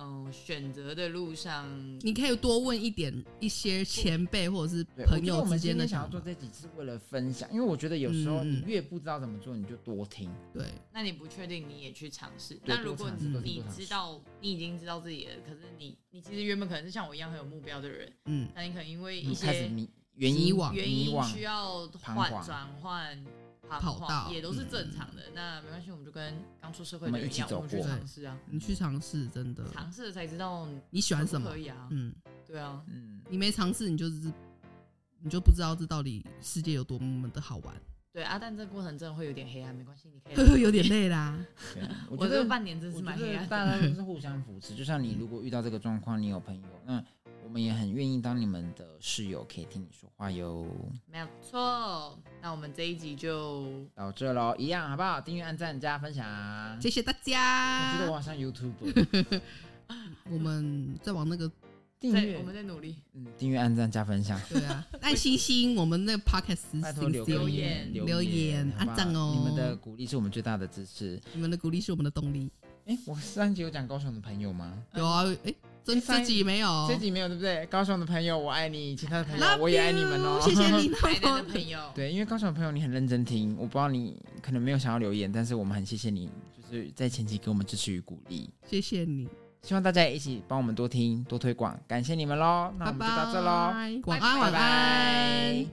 A: 嗯、选择的路上，
C: 你可以多问一点一些前辈或者是
B: 对，
C: 朋
B: 我觉得
C: 友
B: 我们
C: 之
B: 今
C: 间的
B: 天想要做
C: 法
B: 这几次为了分享，因为我觉得有时候
C: 嗯
B: 你越不知道怎么做，你就多听。
C: 对，
A: 那你不确定你也去尝试。
B: 对
A: 那如果
B: 多尝
A: 你
B: 试多
A: 你
B: 多尝试
A: 知道你已经知道自己了，可是你你其实原本可能是像我一样很有目标的人，
C: 嗯，
A: 那你可能因为一
B: 你开始
A: 些
B: 迷原
C: 迷
B: 因
C: 惘
A: 原
B: 迷
A: 因
B: 惘
A: 需要
B: 彷
A: 换
B: 徨
A: 转换彷
C: 跑道
A: 徨，也都是正常的。那没关系，我们就跟刚出社会
B: 嗯
A: 的
B: 我们
A: 人
B: 一起
A: 样，我们
B: 走
A: 去
B: 过
A: 尝试啊，
C: 你去尝试，真的，
A: 尝试了才知道
C: 你喜
A: 可
C: 欢
A: 不
C: 什么
A: 可？以啊。
C: 嗯，
A: 对啊，
B: 嗯，
C: 你没尝试，你就是你就不知道这到底世界有多么的好玩，
A: 对啊，但这个过程真的会有点黑暗，没关系，你可以
C: 会。会 有点累啦。
B: 对啊 我
A: 我
B: 觉
A: 这
B: 得
A: 半年真是
B: 我
A: 蛮
B: 觉
A: 黑
B: 得
A: 暗的。
B: 大家都是互相扶持，就像你如果遇到这个状况，你有朋友，那我们也很愿意当你们的室友，可以听你说话哟。
A: 没有错，那我们这一集就
B: 到这喽，一样好不好？订阅、按赞、加分享。
C: 谢谢大
B: 我觉得
C: 家
B: 我，好像 YouTube
C: 我们再往那 个
B: 订
A: 在
B: 阅
A: 我，们在努 力
B: 嗯，订阅、按赞、加分享，
C: 对啊，按星星，我们那个 podcast
B: 拜托留个
A: 留
C: 言，
A: 言
C: 留
B: 留
C: 言
B: 好不好
C: 按赞哦
B: 你们的鼓励是我们最大的支持。
C: 你们的鼓励是我们的动力。
B: 哎，我上一集有讲高雄的朋友吗？
C: 有啊，哎，这
B: 上
C: 这
B: 一
C: 集没有，
B: 这集没有对不对？高雄的朋友，我爱你；其他的朋
C: Love
B: 友，我也爱你们
C: you，
B: 哦。
C: 谢谢 你，
A: 爱人的
C: 那么
A: 朋友。
B: 对，因为高雄的朋友你很认真听，我不知道你可能没有想要留言，但是我们很谢谢你，就是在前期给我们支持与鼓励，
C: 谢谢你，
B: 希望大家也一起帮我们多听多推广，感谢你们喽，那我们
C: 拜
B: 就到这喽，
C: 拜，晚安，晚
B: 拜
C: 安
B: 拜。